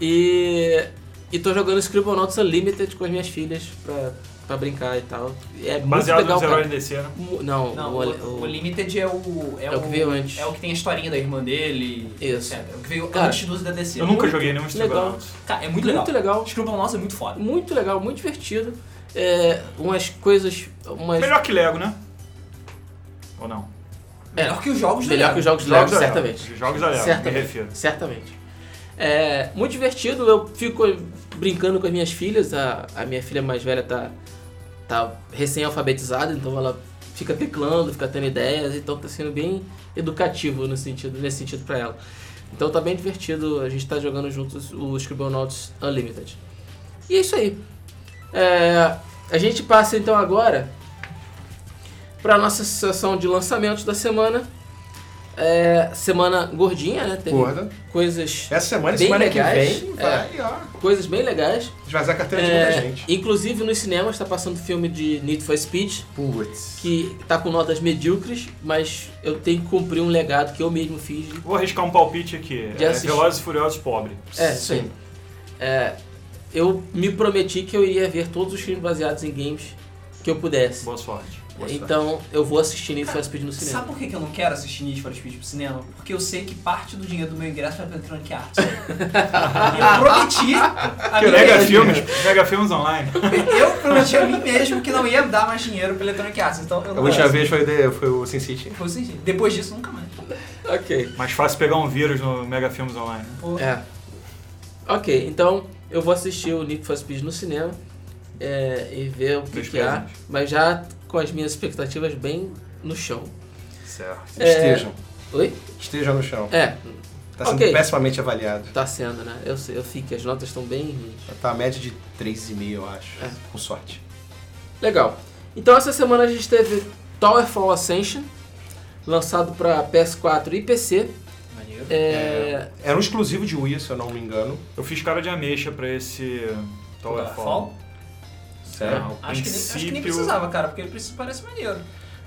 Speaker 1: e, e tô jogando Scribblenauts Unlimited com as minhas filhas pra, pra brincar e tal. É
Speaker 3: Baseado
Speaker 1: muito legal,
Speaker 3: nos heróis
Speaker 1: cara.
Speaker 3: DC, né?
Speaker 1: Mu- Não,
Speaker 2: Não,
Speaker 1: o,
Speaker 2: o,
Speaker 1: o-
Speaker 2: o Limited é o.
Speaker 1: É o que veio antes.
Speaker 2: É o que tem a historinha da irmã dele.
Speaker 1: Isso.
Speaker 2: etc. É o que veio
Speaker 1: Cara,
Speaker 2: antes do uso da DC.
Speaker 3: Eu nunca joguei nenhum
Speaker 1: legal.
Speaker 3: Estribonauts.
Speaker 2: Cara, é muito é legal.
Speaker 1: muito legal.
Speaker 2: Scrubble Nossa é muito foda.
Speaker 1: Muito legal, muito divertido. É, umas coisas. Umas,
Speaker 3: Melhor que Lego, né? Ou não?
Speaker 1: é,
Speaker 2: Melhor que os jogos do
Speaker 1: melhor
Speaker 2: Lego.
Speaker 1: que os jogos de Lego,
Speaker 3: Jogos a Lego.
Speaker 1: certamente.
Speaker 3: Jogos a Lego, me
Speaker 1: Certamente.
Speaker 3: refiro.
Speaker 1: Certamente. É, muito divertido, eu fico brincando com as minhas filhas. A, a minha filha mais velha tá, tá recém-alfabetizada, então ela fica teclando, fica tendo ideias, então tá sendo bem educativo no sentido, nesse sentido pra ela. Então tá bem divertido, a gente tá jogando juntos o Scribblenauts Unlimited. E é isso aí. É, a gente passa então agora pra nossa sessão de lançamentos da semana. É, semana gordinha, né? Teve
Speaker 4: Gorda.
Speaker 1: coisas,
Speaker 4: Essa semana,
Speaker 1: Bem
Speaker 4: semana
Speaker 1: legais,
Speaker 4: que vem,
Speaker 1: é.
Speaker 4: vai, ó.
Speaker 1: coisas bem legais.
Speaker 4: Esvaziar a carteira de
Speaker 1: É,
Speaker 4: muita gente.
Speaker 1: inclusive nos cinemas está passando filme de Need for Speed,
Speaker 4: Putz.
Speaker 1: que tá com notas medíocres, mas eu tenho que cumprir um legado que eu mesmo fiz.
Speaker 3: Vou arriscar um palpite aqui.
Speaker 1: De
Speaker 3: É,
Speaker 1: assistir.
Speaker 3: Velozes e Furiosos Pobre.
Speaker 1: É, isso aí. É, eu me prometi que eu iria ver todos os filmes baseados em games que eu pudesse.
Speaker 3: Boa sorte.
Speaker 4: boa
Speaker 1: então eu vou assistir Need for Speed no cinema.
Speaker 2: Sabe por que que eu não quero assistir Need for Speed pro cinema? Porque eu sei que parte do dinheiro do meu ingresso vai pra Electronic Arts. eu prometi a mim
Speaker 3: Mega
Speaker 2: mesmo,
Speaker 3: filmes, mega filmes online.
Speaker 2: eu prometi a mim mesmo que não ia dar mais dinheiro pra Electronic Arts. Então eu
Speaker 4: A
Speaker 2: não
Speaker 4: última
Speaker 2: quero.
Speaker 4: vez foi, de, foi o Sin City.
Speaker 2: Foi assim, Depois disso, nunca mais.
Speaker 1: Ok.
Speaker 3: Mais fácil pegar um vírus no mega filmes online. né?
Speaker 2: Pô,
Speaker 1: É. Ok, então eu vou assistir o Need for Speed no cinema é, e ver o que,
Speaker 3: Meus
Speaker 1: que há,
Speaker 3: pésames.
Speaker 1: mas já com as minhas expectativas bem no chão.
Speaker 3: Certo.
Speaker 1: É.
Speaker 4: Estejam.
Speaker 1: Oi?
Speaker 4: Estejam no chão.
Speaker 1: É,
Speaker 4: Tá sendo
Speaker 1: Ok.
Speaker 4: pessimamente avaliado.
Speaker 1: Tá sendo, né? Eu, sei, eu vi que as notas estão bem ruins.
Speaker 4: Tá a média de 3,5, eu acho.
Speaker 1: É.
Speaker 4: Com sorte.
Speaker 1: Legal. Então essa semana a gente teve Towerfall Ascension, lançado pra PS4 e PC.
Speaker 2: Maneiro.
Speaker 1: É,
Speaker 4: Era um exclusivo de Wii, se eu não me engano.
Speaker 3: Eu fiz cara de ameixa pra esse Towerfall.
Speaker 2: Fall?
Speaker 4: Sério?
Speaker 3: Ao
Speaker 2: Acho que, nem, acho que nem
Speaker 3: é princípio-
Speaker 2: precisava, cara, porque ele precisa- parece maneiro.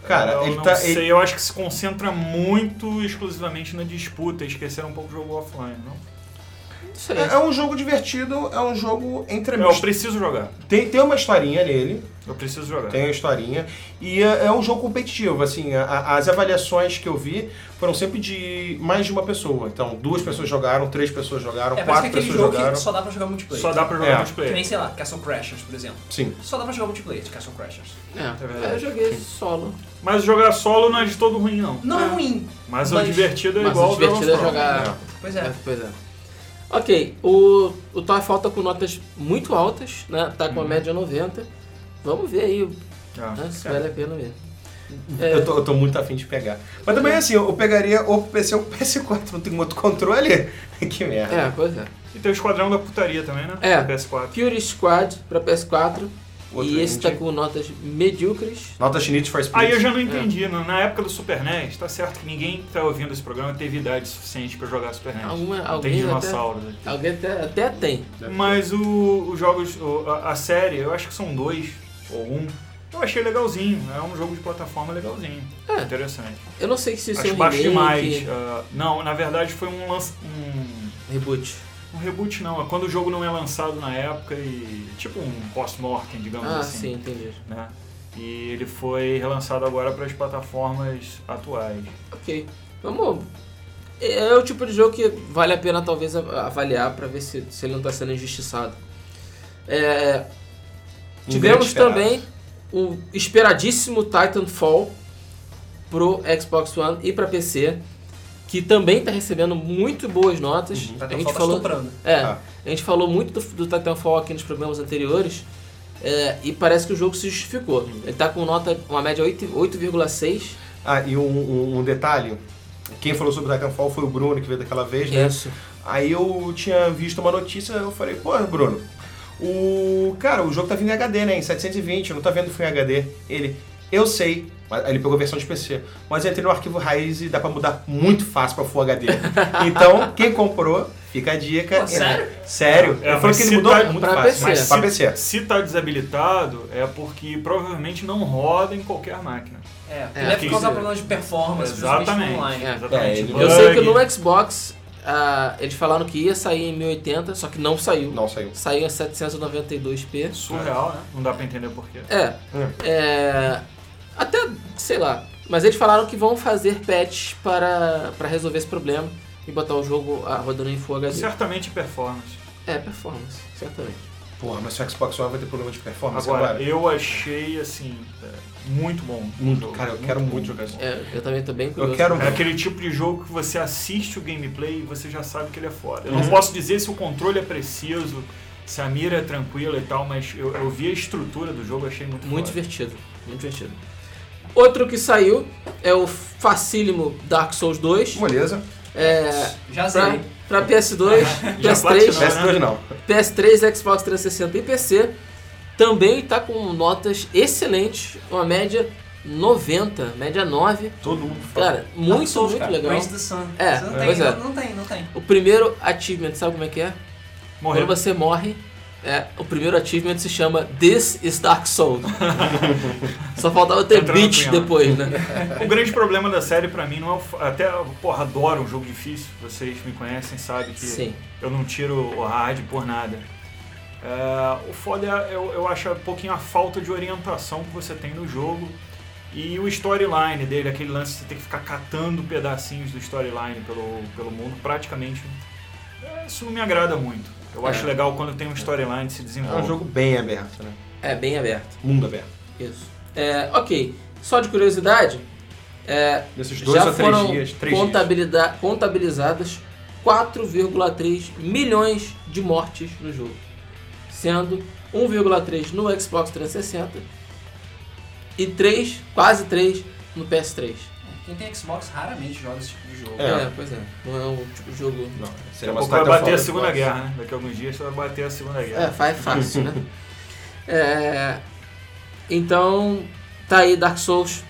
Speaker 4: Cara,
Speaker 3: eu
Speaker 4: ele
Speaker 3: não
Speaker 4: tá.
Speaker 3: sei,
Speaker 4: ele-
Speaker 3: eu acho que se concentra muito exclusivamente na disputa, esqueceram um pouco o jogo offline, não?
Speaker 1: não sei.
Speaker 4: é, é um jogo divertido, é um jogo entre
Speaker 3: Eu preciso jogar,
Speaker 4: tem, tem uma historinha nele,
Speaker 3: eu preciso jogar.
Speaker 4: tem uma historinha, e é, é um jogo competitivo, assim, a- a- as avaliações que eu vi foram sempre de mais de uma pessoa. Então, duas pessoas jogaram, três pessoas jogaram,
Speaker 2: É, parece que é
Speaker 4: um quatro né?
Speaker 2: aquele
Speaker 4: pessoas
Speaker 2: jogo
Speaker 4: jogaram.
Speaker 2: que só dá pra jogar multiplayer.
Speaker 3: Só dá pra jogar
Speaker 4: É.
Speaker 2: Que nem,
Speaker 3: multiplayer.
Speaker 2: sei lá, Castle Crashers, por exemplo.
Speaker 4: Sim.
Speaker 2: Só dá pra jogar multiplayer de Castle Crashers.
Speaker 1: É,
Speaker 3: verdade.
Speaker 1: eu joguei solo.
Speaker 3: Mas jogar solo não é de todo ruim, não.
Speaker 2: Não é ruim.
Speaker 3: Mas, o
Speaker 2: Mas-
Speaker 3: divertido é
Speaker 1: Mas
Speaker 3: igual
Speaker 1: o divertido é
Speaker 3: Dragon's Throne.
Speaker 1: jogar.
Speaker 2: Pois
Speaker 1: É,
Speaker 2: é.
Speaker 1: pois é. Ok, o, o Towerfall tá com notas muito altas, né? Tá com a média 90. Vamos ver aí né,
Speaker 3: É.
Speaker 1: se
Speaker 3: Cara,
Speaker 1: vale a pena mesmo. É.
Speaker 4: Eu, tô, eu tô muito afim de pegar. Mas também, assim, eu eu pegaria ou pro PC ou pro PS4, não tem um outro controle? que merda.
Speaker 1: É, pois é.
Speaker 3: E tem o Esquadrão da Putaria também, né?
Speaker 1: É.
Speaker 3: PS4.
Speaker 1: Fury Squad pra PS4.
Speaker 4: Outro
Speaker 1: e esse
Speaker 4: indie.
Speaker 1: tá com notas medíocres.
Speaker 4: Nota Chinese for Speed.
Speaker 3: Aí eu já
Speaker 1: É.
Speaker 3: não entendi, na- na época do Super NES, tá certo que ninguém que tá ouvindo esse programa teve idade suficiente pra jogar Super NES.
Speaker 1: Alguma-
Speaker 3: Não
Speaker 1: alguém
Speaker 3: tem
Speaker 1: até-
Speaker 3: dinossauros aqui.
Speaker 1: Alguém até, até tem.
Speaker 3: Mas o- os jogos, o- a, a série, eu acho que são dois ou um. Eu achei legalzinho, é um jogo de plataforma legalzinho.
Speaker 1: É.
Speaker 3: Interessante.
Speaker 1: Eu não sei se isso é
Speaker 3: acho
Speaker 1: um
Speaker 3: baixo
Speaker 1: remake,
Speaker 3: demais. ah, não, na verdade foi um lance. Um,
Speaker 1: reboot.
Speaker 3: um reboot não, é quando o jogo não é lançado na época e. Tipo um post-mortem, digamos
Speaker 1: Ah,
Speaker 3: assim.
Speaker 1: sim, entendi.
Speaker 3: Né? E ele foi relançado agora para as plataformas atuais.
Speaker 1: Ok. Vamos. É o tipo de jogo que vale a pena talvez a- avaliar pra ver se, se ele não tá sendo injustiçado. É, tivemos
Speaker 4: esperado.
Speaker 1: também o esperadíssimo Titanfall pro Xbox One e pra PC, que também tá recebendo muito boas notas.
Speaker 2: Tá
Speaker 1: A
Speaker 2: até
Speaker 1: gente
Speaker 2: falta
Speaker 1: falou,
Speaker 2: estuprando.
Speaker 1: é,
Speaker 4: Ah.
Speaker 1: a gente falou muito do, do Titanfall aqui nos programas anteriores. é, e parece que o jogo se justificou. Ele tá com nota, uma média 8 8,6.
Speaker 4: Ah, e um, um- um detalhe. Quem falou sobre Titanfall foi o Bruno, que veio daquela vez, né? Aí eu tinha visto uma notícia, eu falei, pô, Bruno, o. Cara, o jogo tá vindo em HD, né? Em 720, não tá vendo Full em HD. Ele, eu sei. Mas- Aí ele pegou a versão de PC. Mas eu entrei no arquivo raiz e dá pra mudar muito fácil pra Full HD. então, quem comprou, fica a dica.
Speaker 2: Pô, sério?
Speaker 4: Sério.
Speaker 3: É,
Speaker 4: ele falou
Speaker 3: mas
Speaker 4: que ele
Speaker 3: se
Speaker 4: mudou
Speaker 3: tá-
Speaker 4: muito
Speaker 1: pra
Speaker 4: fácil.
Speaker 1: PC.
Speaker 4: Mas pra PC.
Speaker 3: Se tá desabilitado, é porque provavelmente não roda em qualquer máquina.
Speaker 2: É,
Speaker 1: É,
Speaker 2: deve
Speaker 3: quis
Speaker 2: causar
Speaker 3: dizer.
Speaker 2: problemas de performance, principalmente
Speaker 3: Exatamente.
Speaker 2: online.
Speaker 1: É.
Speaker 4: É,
Speaker 3: Exatamente.
Speaker 4: ele-
Speaker 1: Eu sei
Speaker 3: Bug.
Speaker 1: que no Xbox ah, eles falaram que ia sair em 1080, só que não saiu.
Speaker 4: Não saiu.
Speaker 1: Saiu em 792p.
Speaker 3: Surreal, né? Não dá pra entender porquê.
Speaker 1: É, é, Até, sei lá. Mas eles falaram que vão fazer patch para, para resolver esse problema e botar o jogo ah, rodando em Full HD.
Speaker 3: Certamente performance.
Speaker 1: É, performance, certamente.
Speaker 4: Porra, mas se o Xbox One vai ter problema de performance
Speaker 3: Agora,
Speaker 4: agora?
Speaker 3: eu achei, assim, é, muito bom.
Speaker 4: Muito, cara, eu quero
Speaker 3: bom.
Speaker 4: muito jogar esse
Speaker 1: É, eu também tô bem curioso.
Speaker 4: Eu quero
Speaker 3: É aquele tipo de jogo que você assiste o gameplay e você já sabe que ele é foda.
Speaker 4: Uhum.
Speaker 3: Eu não posso dizer se o controle é preciso, se a mira é tranquila e tal, mas eu, eu vi a estrutura do jogo e achei muito
Speaker 1: Muito
Speaker 3: foda.
Speaker 1: divertido, muito divertido. Outro que saiu é o facílimo Dark Souls 2.
Speaker 4: Moleza.
Speaker 1: É,
Speaker 2: Já
Speaker 1: pra,
Speaker 2: zerei.
Speaker 1: pra PS2,
Speaker 3: Já
Speaker 1: PS3,
Speaker 3: platinou, né?
Speaker 4: PS2 não.
Speaker 1: PS3, Xbox 360 e PC também tá com notas excelentes, uma média 90, média 9.
Speaker 4: Todo mundo fala.
Speaker 1: Cara, muito,
Speaker 2: Dark Souls,
Speaker 1: muito
Speaker 2: cara.
Speaker 1: legal.
Speaker 2: Raise the Sun.
Speaker 1: É,
Speaker 2: Você não,
Speaker 1: é.
Speaker 2: tem,
Speaker 1: Pois é.
Speaker 2: não, não tem, não tem.
Speaker 1: O primeiro achievement, sabe como é que é?
Speaker 3: Morreu.
Speaker 1: Quando você morre, é, o primeiro achievement se chama This is Dark Souls. Só faltava ter
Speaker 3: Entra na
Speaker 1: beat
Speaker 3: cunhada.
Speaker 1: depois, né?
Speaker 3: O grande problema da série pra mim não é o. f- Até, porra, adoro um jogo difícil. Vocês me conhecem, sabem que
Speaker 1: Sim.
Speaker 3: eu não tiro o hard por nada. É, o foda é, eu, eu acho um pouquinho a falta de orientação que você tem no jogo e o storyline dele, aquele lance de você ter que ficar catando pedacinhos do storyline pelo, pelo mundo, praticamente. é, Isso não me agrada muito. Eu acho
Speaker 1: É.
Speaker 3: legal quando tem um storyline que se
Speaker 4: É
Speaker 3: desenvolve.
Speaker 4: um jogo bem aberto, né?
Speaker 1: É bem aberto.
Speaker 4: Mundo aberto.
Speaker 1: Isso. É, ok. Só de curiosidade, é,
Speaker 4: Nesses dois
Speaker 1: já
Speaker 4: ou três
Speaker 1: foram
Speaker 4: dias, três dias.
Speaker 1: contabilida- contabilizadas 4,3 milhões de mortes no jogo, sendo 1,3 no Xbox 360 e 3, quase 3 no PS3.
Speaker 2: Quem tem Xbox raramente joga esse tipo de jogo.
Speaker 4: É.
Speaker 1: pois é. Não é um tipo de jogo.
Speaker 4: Não,
Speaker 3: Daqui
Speaker 4: seria
Speaker 3: a
Speaker 4: uma
Speaker 3: pouco vai
Speaker 4: Titanfall
Speaker 3: bater a
Speaker 4: depois.
Speaker 3: Segunda Guerra, né? Daqui a alguns dias você vai bater a Segunda Guerra.
Speaker 1: É, faz fácil, né? É, então, tá aí Dark Souls.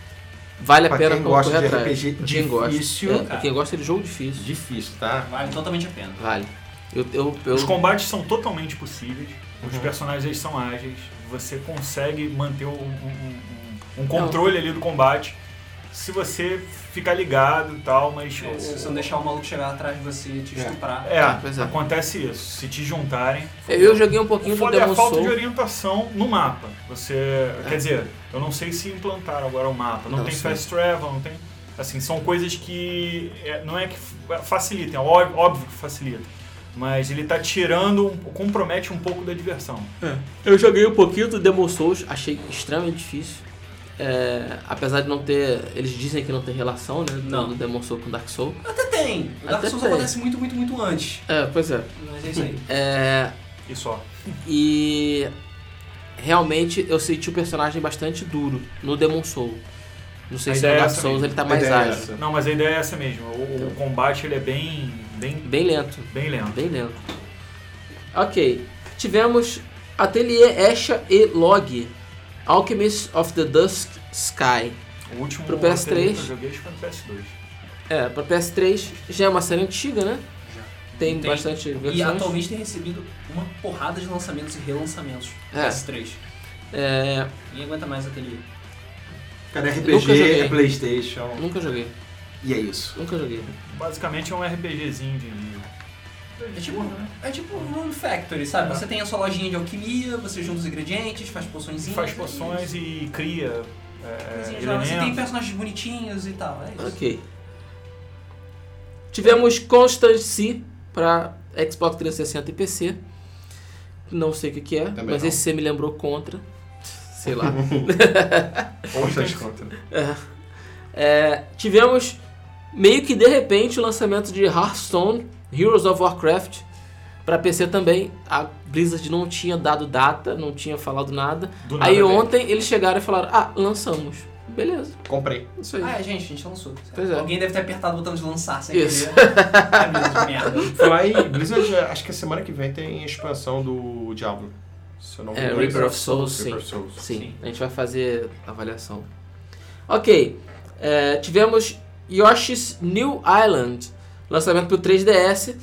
Speaker 1: Vale a
Speaker 4: Pra
Speaker 1: pena
Speaker 4: quem gosta
Speaker 1: correr
Speaker 4: de
Speaker 1: atrás.
Speaker 4: RPG
Speaker 1: Pra quem gosta.
Speaker 4: difícil,
Speaker 1: É, pra
Speaker 2: cara.
Speaker 1: quem gosta de jogo difícil.
Speaker 4: Difícil, tá?
Speaker 2: Vale totalmente a pena.
Speaker 1: Vale. Eu, eu, eu- Uhum.
Speaker 3: Os combates são totalmente possíveis, os personagens eles são ágeis, você consegue manter um, um- um- um- um controle ali do combate se você ficar ligado e tal, mas.
Speaker 2: É, se você não deixar o maluco chegar atrás de você e te estuprar.
Speaker 3: É,
Speaker 1: Ah, pois é.
Speaker 3: acontece isso. Se te juntarem.
Speaker 1: eu joguei um
Speaker 3: O
Speaker 1: pouquinho do
Speaker 3: foda é a
Speaker 1: Demon
Speaker 3: falta de
Speaker 1: Souls.
Speaker 3: orientação no mapa. Você. Quer dizer, eu não sei se implantaram agora o mapa. Não,
Speaker 1: É. Não
Speaker 3: tem
Speaker 1: sei.
Speaker 3: fast travel, não tem. Assim, são coisas que. é, não é que f- facilitem, é óbvio, óbvio que facilita. Mas ele tá tirando, um- compromete um pouco da diversão.
Speaker 1: Eu joguei um pouquinho do Demon Souls, achei extremamente difícil. É, apesar de não ter. Eles dizem que não tem relação, né?
Speaker 2: Não.
Speaker 1: Do Demon Souls com Dark Souls.
Speaker 2: Até tem. O Dark
Speaker 1: Até
Speaker 2: Souls
Speaker 1: tem.
Speaker 2: acontece muito, muito, muito antes.
Speaker 1: É, pois é.
Speaker 2: Mas é isso aí.
Speaker 1: É,
Speaker 3: E só.
Speaker 1: E realmente eu senti o personagem bastante duro no Demon Soul. Não sei
Speaker 3: A
Speaker 1: se no
Speaker 3: ideia é
Speaker 1: Dark
Speaker 3: essa
Speaker 1: Souls
Speaker 3: mesmo.
Speaker 1: ele tá
Speaker 4: A
Speaker 1: mais
Speaker 4: ideia é
Speaker 1: ágil.
Speaker 4: essa.
Speaker 3: Não, mas a ideia é essa mesmo. O, o combate ele é bem, bem,
Speaker 1: Bem lento,
Speaker 3: bem lento.
Speaker 1: bem lento. Ok. Tivemos Atelier Asha e Log, Alchemist of the Dusk Sky.
Speaker 3: O último
Speaker 1: Pro PS3.
Speaker 3: roteiro que eu joguei acho que foi no PS2.
Speaker 1: É, pra PS3 já é uma série antiga, né?
Speaker 2: Já.
Speaker 1: Tem,
Speaker 2: Tem.
Speaker 1: bastante
Speaker 2: E
Speaker 1: versões.
Speaker 2: atualmente tem recebido uma porrada de lançamentos e relançamentos.
Speaker 1: É.
Speaker 2: PS3.
Speaker 1: É,
Speaker 2: Ninguém aguenta mais ateliê.
Speaker 4: Cara,
Speaker 1: Nunca
Speaker 4: RPG,
Speaker 1: joguei.
Speaker 4: é Playstation.
Speaker 1: nunca joguei,
Speaker 4: E é isso.
Speaker 1: nunca joguei.
Speaker 3: Basicamente é um RPGzinho de livro.
Speaker 2: É tipo,
Speaker 3: né?
Speaker 2: é tipo um Rune Factory,
Speaker 3: É.
Speaker 2: sabe? Você tem a sua lojinha de alquimia, você junta os ingredientes, faz poções
Speaker 3: Faz poções e cria é,
Speaker 2: Você tem
Speaker 3: elementos.
Speaker 2: personagens bonitinhos e tal, é isso.
Speaker 1: Ok. Tivemos Constancy para Xbox 360 e PC. Não sei o que, que é,
Speaker 4: Também
Speaker 1: mas
Speaker 4: não.
Speaker 1: esse você me lembrou contra. Sei lá.
Speaker 4: Contas contas.
Speaker 1: É, tivemos meio que de repente o lançamento de Hearthstone, Heroes of Warcraft, para PC também. A Blizzard não tinha dado data, não tinha falado nada.
Speaker 3: Do nada
Speaker 1: aí
Speaker 3: veio.
Speaker 1: ontem eles chegaram e falaram: ah, lançamos. Beleza,
Speaker 4: Comprei.
Speaker 1: isso aí.
Speaker 2: Ah, é, gente, a gente lançou.
Speaker 1: Pois é.
Speaker 2: Alguém deve ter apertado o botão de lançar sem
Speaker 1: Isso.
Speaker 2: querer. É mesmo, de merda.
Speaker 4: Falar em Blizzard, acho que a semana que vem tem a expansão do Diablo. Se eu não me
Speaker 1: É,
Speaker 4: engano,
Speaker 1: Reaper of Souls,
Speaker 4: Reaper
Speaker 1: sim.
Speaker 4: of
Speaker 3: é.
Speaker 4: Souls.
Speaker 1: Sim,
Speaker 2: Sim.
Speaker 1: a gente vai fazer avaliação. Ok, é, tivemos Yoshi's New Island, lançamento pro 3DS,